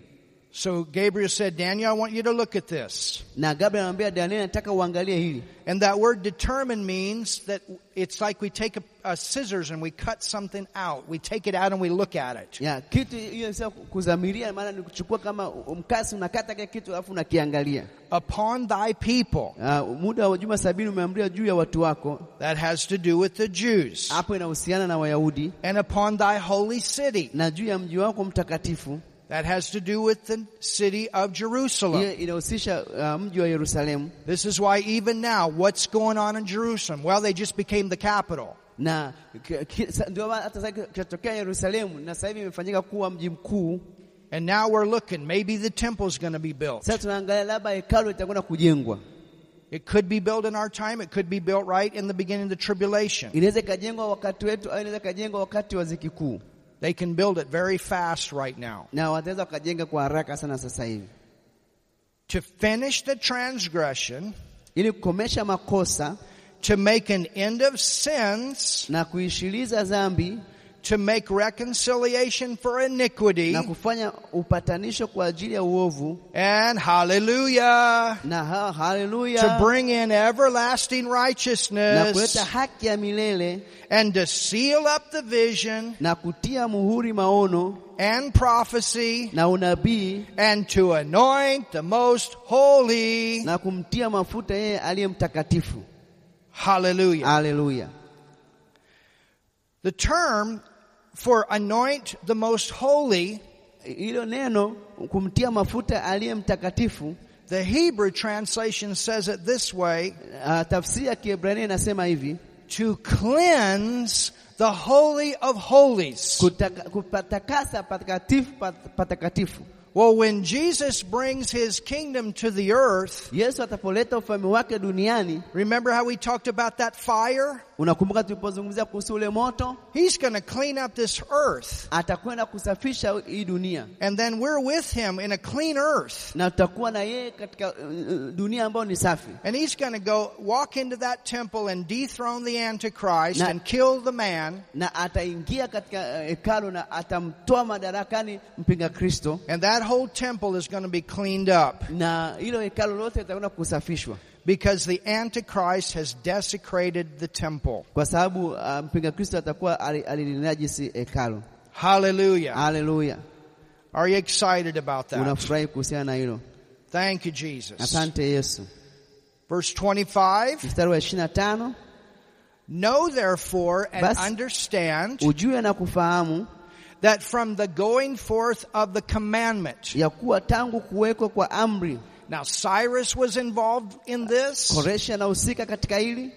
A: So Gabriel said, Daniel, I want you to look at this.
B: Na Gabrieli anamwambia Danieli, nataka uangalie hili.
A: And that word determine means that it's like we take a, a scissors and we cut something out. We take it out and we look at it.
B: ya kitu hiyo sio kuzamiria, maana ni kuchukua kama mkasi, unakata kile kitu alafu unakiangalia.
A: Upon thy people.
B: Uh, muda wa juma sabini umeamriwa juu ya watu wako.
A: That has to do with the Jews.
B: Hapo inahusiana na Wayahudi
A: And upon thy holy city.
B: na juu ya mji wako mtakatifu.
A: That has to do with the city of Jerusalem.
B: Hiyo inahusisha uh, mji wa Yerusalemu,
A: This is why even now, what's going on in Jerusalem? Well, they just became the capital.
B: na ki- ki- sa- ndio maana hata sasa kinachotokea Yerusalemu, na sasa hivi imefanyika kuwa mji mkuu.
A: And now we're looking. Maybe the temple's going to be built.
B: Sasa tunaangalia labda hekalu litakwenda kujengwa,
A: It could be built in our time. It could be built right in the beginning of the tribulation.
B: inaweza ikajengwa wakati wetu au inaweza ikajengwa wakati wa ziki kuu,
A: They can build it very fast right now.
B: na wataweza wakajenga kwa haraka sana sasa hivi.
A: to finish the transgression,
B: ili kukomesha makosa
A: to make an end of sins,
B: na kuishiliza dhambi
A: to make reconciliation for iniquity,
B: na kufanya upatanisho kwa ajili ya uovu
A: and hallelujah,
B: na ha
A: to
B: haleluya
A: bring in everlasting
B: na kuleta
A: righteousness,
B: haki ya milele
A: and to seal up the vision
B: na kutia muhuri maono
A: and prophecy,
B: na unabii
A: and to anoint the most holy.
B: na kumtia mafuta yeye aliye mtakatifu.
A: Hallelujah.
B: Haleluya!
A: The term for anoint the most holy,
B: Hilo neno kumtia mafuta aliye mtakatifu,
A: the Hebrew translation says it this way
B: uh, tafsiri ya Kiebrania inasema hivi
A: to cleanse the holy of holies.
B: kutaka, kupatakasa patakatifu pat- patakatifu.
A: Well, when Jesus brings his kingdom to the earth,
B: Yesu atapoleta ufalme wake duniani,
A: remember how we talked about that fire?
B: unakumbuka tulipozungumzia kuhusu ule moto,
A: He's going to clean up this earth,
B: atakwenda kusafisha hii dunia
A: and then we're with him in a clean earth.
B: na tutakuwa na yeye katika uh, uh, dunia ambayo ni safi,
A: And he's going to go walk into that temple and dethrone the Antichrist
B: Now-
A: and kill the man.
B: na ataingia katika uh, hekalu na atamtoa madarakani mpinga Kristo.
A: And that whole temple is going to be cleaned up
B: na hilo hekalu lote litakwenda kusafishwa
A: because the Antichrist has desecrated the temple.
B: kwa sababu uh, mpinga Kristo atakuwa ali- alilinajisi hekalu.
A: Hallelujah.
B: Haleluya,
A: Are you excited about that?
B: unafurahi kuhusiana na hilo?
A: Thank you, Jesus.
B: Asante Yesu.
A: Verse 25
B: Mstari wa ishirini na tano
A: Know therefore and
B: Bas-
A: understand
B: ujue na kufahamu
A: that from the going forth of the commandment.
B: ya kuwa tangu kuwekwa kwa amri,
A: Now, Cyrus was involved in this,
B: Koreshi anahusika katika hili,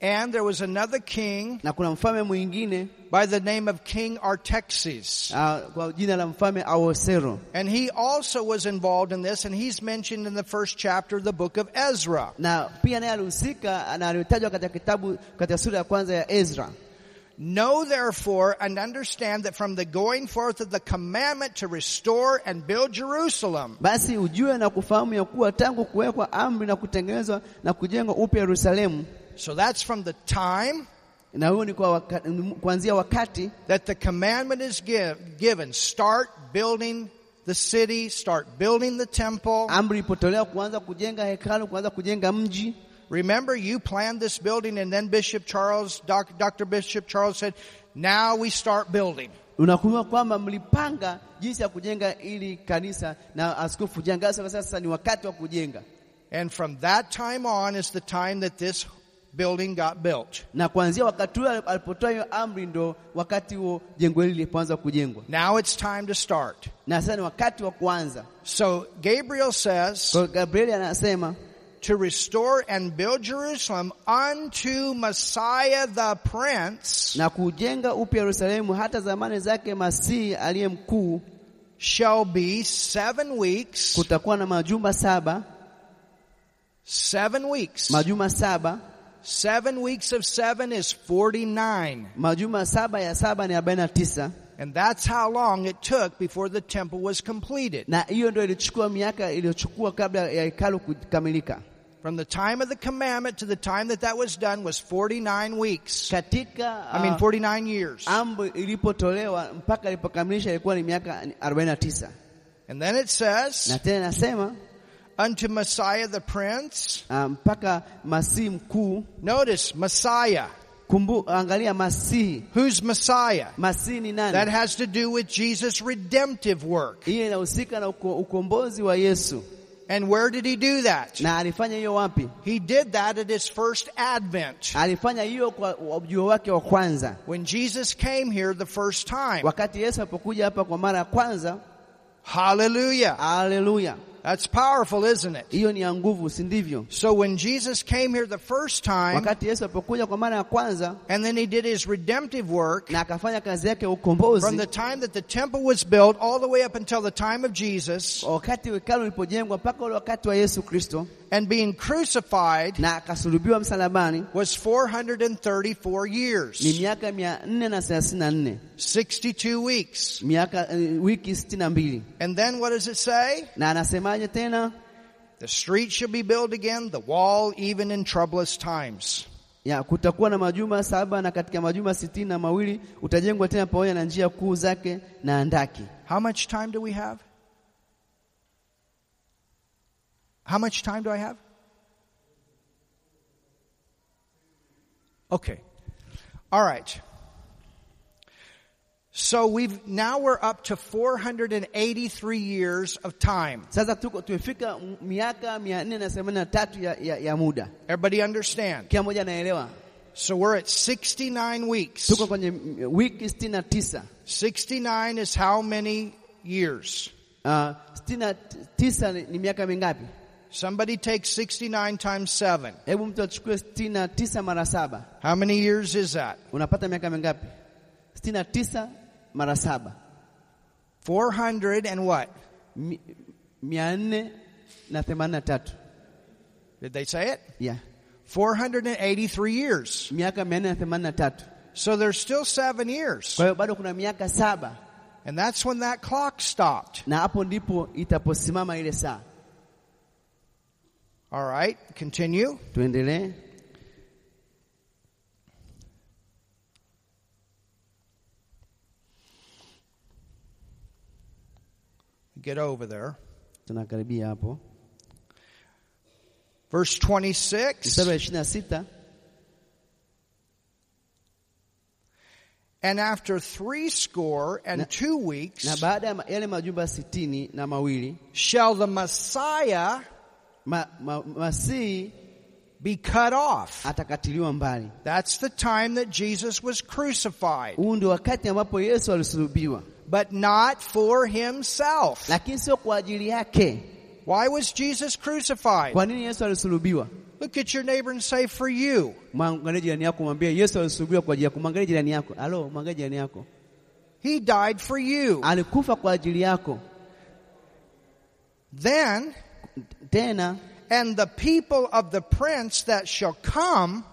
A: and there was another king
B: na kuna mfalme mwingine
A: by the name of King Artaxerxes.
B: uh, kwa jina la mfalme Ahaswero,
A: And he also was involved in this, and he's mentioned in the first chapter of the book of Ezra.
B: na pia naye alihusika na alitajwa katika kitabu katika sura ya kwanza ya Ezra.
A: Know therefore and understand that from the going forth of the commandment to restore and build Jerusalem,
B: Basi ujue na kufahamu ya kuwa tangu kuwekwa amri na kutengenezwa na kujengwa upya Yerusalemu,
A: so that's from the time
B: na huo ni kwa wakati, kuanzia wakati
A: that the commandment is give, given start building the city, start building the temple.
B: amri ilipotolewa kuanza kujenga hekalu, kuanza kujenga mji.
A: Remember, you planned this building, and then Bishop Charles, Doc, Dr. Bishop Charles said, Now we start building.
B: Unakumbuka kwamba mlipanga jinsi ya kujenga ili kanisa, na askofu Jangasa akasema sasa ni wakati wa kujenga,
A: And from that time on is the time that this building got built.
B: na kuanzia wakati ule alipotoa hiyo amri, ndo wakati huo jengo hili lilipoanza kujengwa,
A: Now it's time to start.
B: na sasa ni wakati wa kuanza.
A: So Gabriel says,
B: Kwa hiyo Gabrieli anasema
A: to restore and build Jerusalem unto Messiah the Prince
B: na kujenga upya Yerusalemu hata zamani zake Masihi aliye mkuu.
A: shall be seven weeks.
B: Kutakuwa na majuma saba,
A: Seven weeks.
B: majuma saba,
A: Seven weeks of seven is 49.
B: majuma saba ya saba ni arobaini na tisa,
A: And that's how long it took before the temple was completed.
B: na hiyo ndio ilichukua miaka iliyochukua kabla ya hekalu kukamilika.
A: From the time of the commandment to the time that that was done was 49 weeks.
B: Katika
A: I mean,
B: uh,
A: 49 years.
B: amri ilipotolewa mpaka ilipokamilisha ilikuwa ni miaka 49,
A: And then it
B: na
A: says,
B: tena nasema
A: unto Messiah the Prince.
B: uh, mpaka Masihi mkuu.
A: Notice, Messiah.
B: Kumbu, angalia Masihi,
A: Who's Messiah?
B: Masihi ni
A: That
B: nani?
A: has to do with Jesus' redemptive work.
B: Hiyo inahusika na uko, ukombozi wa Yesu.
A: And where did he do that?
B: na alifanya hiyo wapi?
A: He did that at his first advent.
B: Alifanya hiyo kwa ujio wake wa kwanza,
A: When Jesus came here the first time.
B: wakati Yesu alipokuja hapa kwa mara ya kwanza.
A: Hallelujah.
B: Haleluya,
A: That's powerful, isn't it?
B: hiyo ni ya nguvu, si ndivyo?
A: So when Jesus came here the first time
B: Wakati Yesu alipokuja kwa mara ya kwanza
A: and then he did his redemptive work
B: na akafanya kazi yake ya
A: from the
B: ukombozi,
A: time that the temple was built all the way up until the time of Jesus
B: wakati hekalu lilipojengwa mpaka ule wakati wa Yesu Kristo,
A: and being crucified
B: na akasulubiwa msalabani,
A: was 434
B: ni
A: years,
B: miaka mia nne na thelathini na nne
A: 62 weeks.
B: miaka eh, wiki sitini na mbili.
A: And then what does it say?
B: Na anasemaje tena?
A: The street shall be built again, the wall even in troublous times.
B: ya kutakuwa na majuma saba na katika majuma sitini na mawili utajengwa tena pamoja na njia kuu zake na andaki.
A: How much time do we have? How much time do I have? Okay. All right. So we've now we're up to 483 years of time.
B: Sasa tuko tumefika m- miaka mia nne na themanini na tatu ya, ya, ya muda.
A: Everybody understand?
B: Kila mmoja anaelewa
A: So we're at 69 weeks.
B: tuko kwenye m- wiki sitini na tisa
A: 69 is how many years?
B: Ah, sitini na t- tisa ni, ni miaka mingapi?
A: Somebody take 69 times 7.
B: Hebu mtu achukue sitini na tisa mara saba
A: How many years is that?
B: unapata miaka mingapi? sitini na tisa mara saba
A: 400 and what?
B: Mi- mia nne na themanini na tatu
A: Did they say it?
B: yeah.
A: 483 years.
B: miaka mia nne na themanini na tatu
A: So there's still seven years.
B: Kwa hiyo bado kuna miaka saba
A: And that's when that clock stopped.
B: na hapo ndipo itaposimama ile saa.
A: All right, continue.
B: Tuendelee.
A: Get over there.
B: Tunakaribia hapo
A: Verse 26.
B: mstari wa ishirini na sita.
A: And after three score
B: Na-
A: and two
B: Na
A: weeks
B: baada ya ma- yale majumba sitini na mawili
A: shall the Messiah
B: ma, ma, Masihi
A: be cut off.
B: atakatiliwa mbali.
A: That's the time that Jesus was crucified,
B: Huu ndio wakati ambapo Yesu alisulubiwa,
A: but not for himself.
B: lakini sio kwa ajili yake.
A: Why was Jesus crucified?
B: Kwa nini Yesu alisulubiwa?
A: Look at your neighbor and say, For you.
B: Mwangalie jirani yako, mwambie Yesu alisulubiwa kwa ajili yako. Mwangalie jirani yako, halo, mwangalie jirani yako,
A: He died for you.
B: alikufa kwa ajili yako.
A: Then
B: Tena
A: and the people of the prince that shall come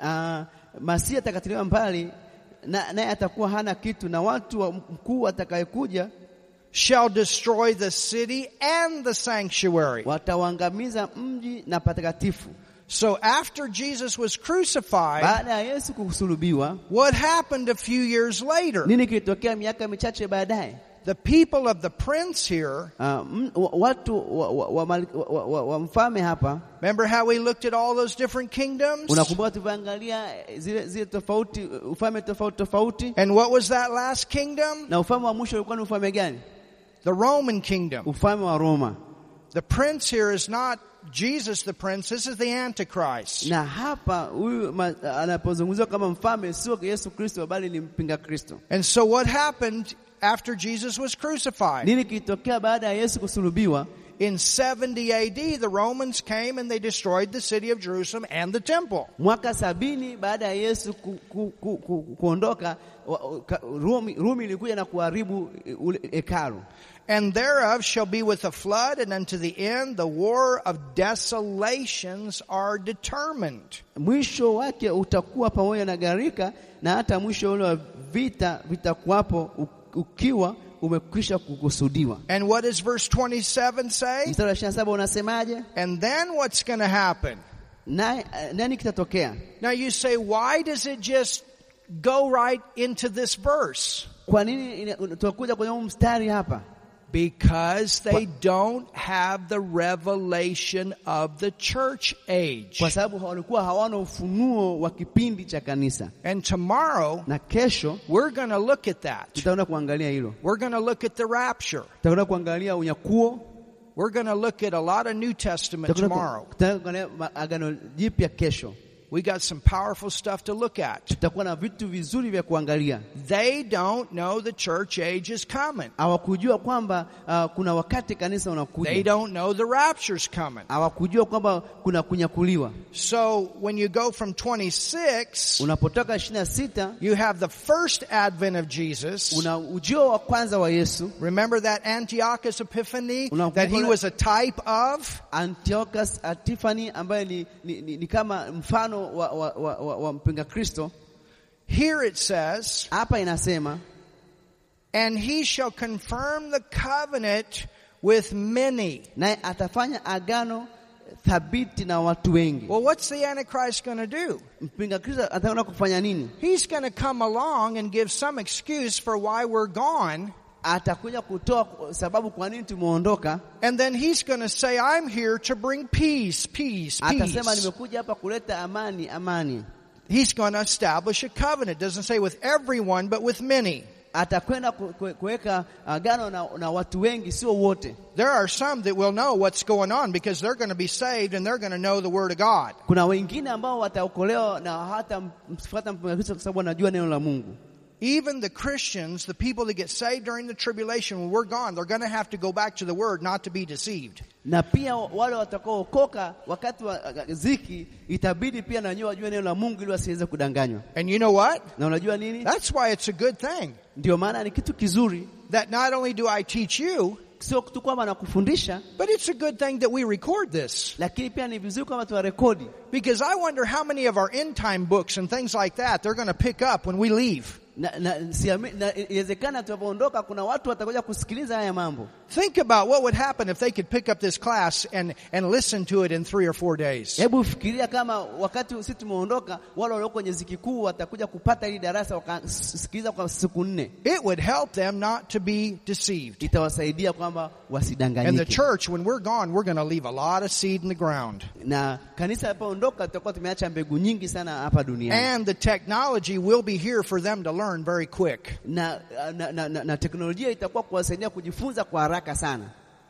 B: uh, Masihi atakatiliwa mbali na naye atakuwa hana kitu, na watu wa mkuu atakayekuja
A: shall destroy the city and the sanctuary.
B: watauangamiza mji na patakatifu.
A: So after Jesus was crucified,
B: Baada ya Yesu kusulubiwa,
A: what happened a few years later?
B: nini kilitokea miaka michache baadaye?
A: The people of the prince here,
B: Uh, m- wa- watu wa, wa, wa, mali- wa, wa, wa mfalme hapa,
A: remember how we looked at all those different kingdoms?
B: unakumbuka tulivyoangalia eh, zile zile tofauti, uh, ufalme tofauti tofauti,
A: And what was that last kingdom?
B: na ufalme wa mwisho ulikuwa ni ufalme gani?
A: The Roman kingdom.
B: Ufalme wa Roma.
A: The prince here is not Jesus the prince, this is the Antichrist.
B: Na hapa huyu ma- anapozungumziwa kama mfalme sio Yesu Kristo, bali ni mpinga Kristo.
A: And so what happened after Jesus was crucified?
B: Nini kilitokea baada ya Yesu kusulubiwa?
A: In 70 AD, the Romans came and they destroyed the city of Jerusalem and the temple.
B: Mwaka sabini baada ya Yesu ku, ku, ku, ku, kuondoka wa- ka- Rumi, Rumi ilikuja na kuharibu eh, ule hekalu.
A: And thereof shall be with a flood, and unto the end the war of desolations are determined.
B: Mwisho wake utakuwa pamoja na gharika, na hata mwisho ule wa vita vitakuwapo u- ukiwa umekwisha kukusudiwa.
A: And what does verse 27 say?
B: Mstari wa 27 unasemaje?
A: And then what's going to happen?
B: Naye eh, nani kitatokea?
A: Now you say, why does it just go right into this verse?
B: Kwa nini ina- tunakuja kwenye huu mstari hapa?
A: Because they don't have the revelation of the church age.
B: Kwa sababu walikuwa hawana ufunuo wa kipindi cha kanisa,
A: And tomorrow,
B: na kesho
A: we're going to look at that.
B: tutaenda kuangalia hilo.
A: We're going to look at the rapture.
B: tutakwenda kuangalia unyakuo,
A: We're going to look at a lot of New Testament
B: tutakwenda ku-
A: tomorrow.
B: tutakwenda kuangalia ma- agano jipya kesho.
A: We got some powerful stuff to look at.
B: Tutakuwa na vitu vizuri vya kuangalia.
A: They don't know the church age is coming.
B: Hawakujua kwamba uh, kuna wakati kanisa
A: They
B: unakuja,
A: don't know the rapture's coming.
B: hawakujua kwamba kuna kunyakuliwa.
A: So when you go from 26,
B: Unapotoka ishirini na sita
A: you have the first advent of Jesus.
B: una ujio wa kwanza wa Yesu.
A: Remember that Antiochus Epiphany
B: Unakumbuka
A: that he
B: ule-
A: was a type of?
B: Antiochus Epiphanes ambaye ni, ni, ni, ni kama mfano wa, wa, wa, wa, wa mpinga Kristo.
A: Here it says,
B: Hapa inasema
A: and he shall confirm the covenant with many.
B: naye atafanya agano thabiti na watu wengi.
A: Well, what's the Antichrist going to do?
B: Mpinga Kristo ataenda kufanya nini?
A: He's going to come along and give some excuse for why we're gone,
B: Atakuja kutoa sababu kwa nini tumeondoka.
A: and then he's going to say, I'm here to bring peace, peace,
B: Ah, Atasema
A: peace.
B: nimekuja hapa kuleta amani, amani.
A: He's going to establish a covenant. Doesn't say with everyone, but with many.
B: Atakwenda ku- ku- kuweka agano na, na watu wengi, sio wote.
A: There are some that will know what's going on because they're going to be saved and they're going to know the Word of God.
B: Kuna wengine ambao wataokolewa na hata mfuata mpinga Kristo kwa sababu wanajua neno la Mungu.
A: Even the Christians, the people that get saved during the tribulation, when we're gone, they're going to have to go back to the Word not to be deceived.
B: na pia wale watakaookoka wakati wa uh, ziki, itabidi pia na wenyewe wajue neno la Mungu ili wasiweze kudanganywa.
A: And you know what?
B: Na unajua nini?
A: That's why it's a good thing
B: Ndio maana ni kitu kizuri,
A: that not only do I teach you,
B: sio tu kwamba nakufundisha,
A: but it's a good thing that we record this.
B: lakini pia ni vizuri kwamba tuwarekodi,
A: Because I wonder how many of our end time books and things like that they're going to pick up when we leave.
B: na, na, siami, na iwezekana tunapoondoka kuna watu watakuja kusikiliza haya mambo.
A: Think about what would happen if they could pick up this class and, and listen to it in three or four days.
B: Hebu fikiria kama wakati sisi tumeondoka, wale walioko kwenye ziki kuu watakuja kupata hili darasa wakasikiliza kwa siku nne,
A: It would help them not to be deceived.
B: itawasaidia kwamba
A: And the
B: wasidanganyike.
A: church, when we're gone, we're going to leave a lot of seed in the ground.
B: na kanisa linapoondoka tutakuwa tumeacha mbegu nyingi sana hapa duniani
A: And the technology will be here for them to learn very quick.
B: na, na, na, na, na teknolojia itakuwa kuwasaidia kujifunza kwa haraka sana.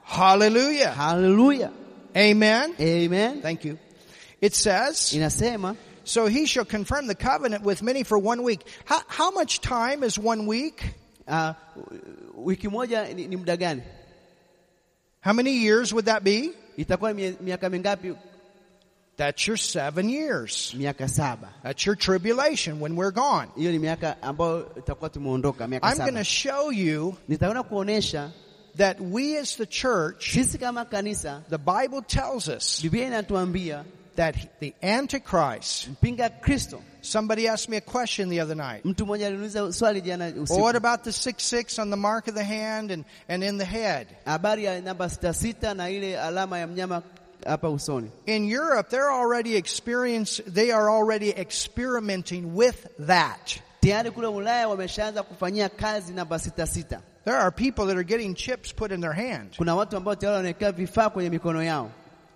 A: Hallelujah.
B: Haleluya,
A: Amen.
B: amen.
A: Thank you. It says,
B: Inasema
A: So he shall confirm the covenant with many for one week. How, how much time is one week?
B: uh, wiki moja ni, ni muda gani?
A: How many years would that be?
B: Itakuwa ni mie- miaka mingapi?
A: That's your seven years.
B: Miaka saba.
A: That's your tribulation when we're gone.
B: Hiyo ni miaka ambayo itakuwa tumeondoka, miaka
A: I'm going to
B: saba.
A: show you
B: Nitaona kuonesha
A: that we as the church,
B: sisi kama kanisa,
A: the Bible tells us
B: Biblia inatuambia
A: that the Antichrist,
B: mpinga Kristo.
A: somebody asked me a question the other night.
B: Mtu mmoja aliniuliza swali jana
A: Well, what
B: usiku,
A: about the 6-6 on the mark of the hand and, and in the head?
B: habari ya namba sita sita na ile alama ya mnyama hapa usoni.
A: In Europe, they're already experience, they are already experimenting with that.
B: Tayari kule Ulaya wameshaanza kufanyia kazi namba sita sita.
A: There are people that are getting chips put in their hand.
B: Kuna watu ambao tayari wanawekea vifaa kwenye mikono yao,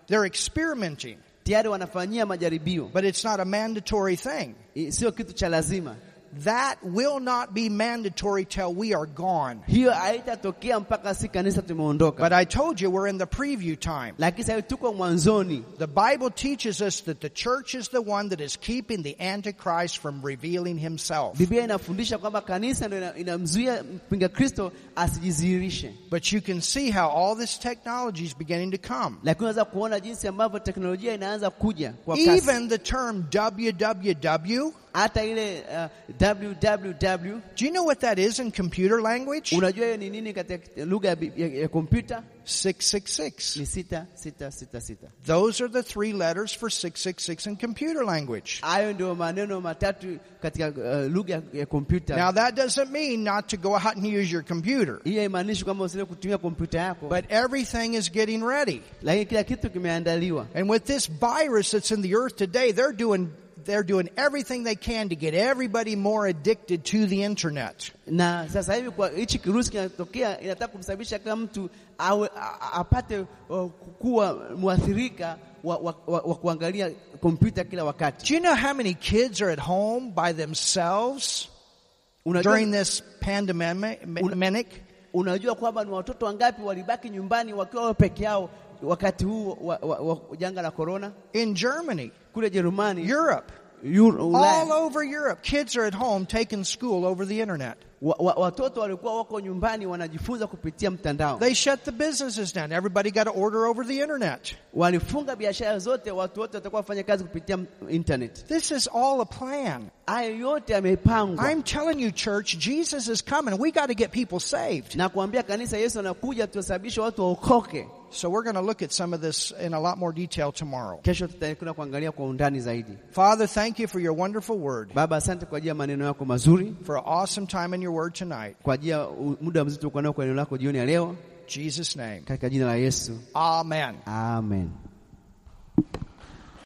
A: They're experimenting,
B: tayari wanafanyia majaribio.
A: but it's not a mandatory thing.
B: I- Sio kitu cha lazima,
A: That will not be mandatory till we are gone.
B: hiyo haitatokea mpaka si kanisa tumeondoka.
A: But I told you we're in the preview time.
B: Lakini sasa hivi tuko mwanzoni.
A: The Bible teaches us that the church is the one that is keeping the Antichrist from revealing himself.
B: Biblia inafundisha kwamba kanisa ndio ina- inamzuia mpinga Kristo asijizihirishe,
A: But you can see how all this technology is beginning to come.
B: lakini unaweza kuona jinsi ambavyo teknolojia inaanza kuja kwa kasi.
A: Even the term www,
B: Hata ile uh, www
A: do you know what that is in computer language?
B: Unajua hiyo ni nini katika lugha ya bi- ya ya kompyuta?
A: 666.
B: Ni sita sita sita sita.
A: Those are the three letters for 666 in computer language.
B: Hayo ndio maneno matatu katika uh, lugha ya- ya
A: Now
B: kompyuta.
A: that doesn't mean not to go out and use your computer,
B: Hiyo haimaanishi kwamba usile kutumia kompyuta yako,
A: but everything is getting ready.
B: lakini kila kitu kimeandaliwa.
A: And with this virus that's in the earth today, they're doing they're doing everything they can to get everybody more addicted to the internet.
B: Na sasa hivi kwa hichi kirusi kinatokea, inataka kumsababisha kila mtu awe a- a- apate uh, kuwa mwathirika wa, wa, wa, wa kuangalia kompyuta kila wakati.
A: Do you know how many kids are at home by themselves
B: Unajua,
A: during this pandemic? pandemic?
B: unajua kwamba ni watoto wangapi walibaki nyumbani wakiwa wao peke yao wakati huu wa, wa, wa janga la korona
A: In Germany,
B: kule Jerumani,
A: Europe,
B: Euro,
A: all
B: Ulaya,
A: over Europe, kids are at home taking school over the internet.
B: wa, wa, watoto walikuwa wako nyumbani wanajifunza kupitia mtandao.
A: They shut the businesses down. Everybody got to order over the internet.
B: Walifunga biashara zote, watu wote watakuwa wafanya kazi kupitia m- internet.
A: This is all a plan.
B: Hayo yote yamepangwa
A: I'm telling you, church, Jesus is coming. We got to get people saved.
B: na kuambia kanisa, Yesu anakuja tuwasababishe watu waokoke.
A: So we're going to look at some of this in a lot more detail tomorrow.
B: Kesho tutakwenda kuangalia kwa undani zaidi.
A: Father, thank you for your wonderful word,
B: Baba, asante kwa ajili ya maneno yako mazuri,
A: for an awesome time in your word tonight.
B: kwa ajili ya u- muda mzito kwa nao kwa neno lako jioni ya leo.
A: Jesus' name.
B: katika jina la Yesu,
A: Amen.
B: amen.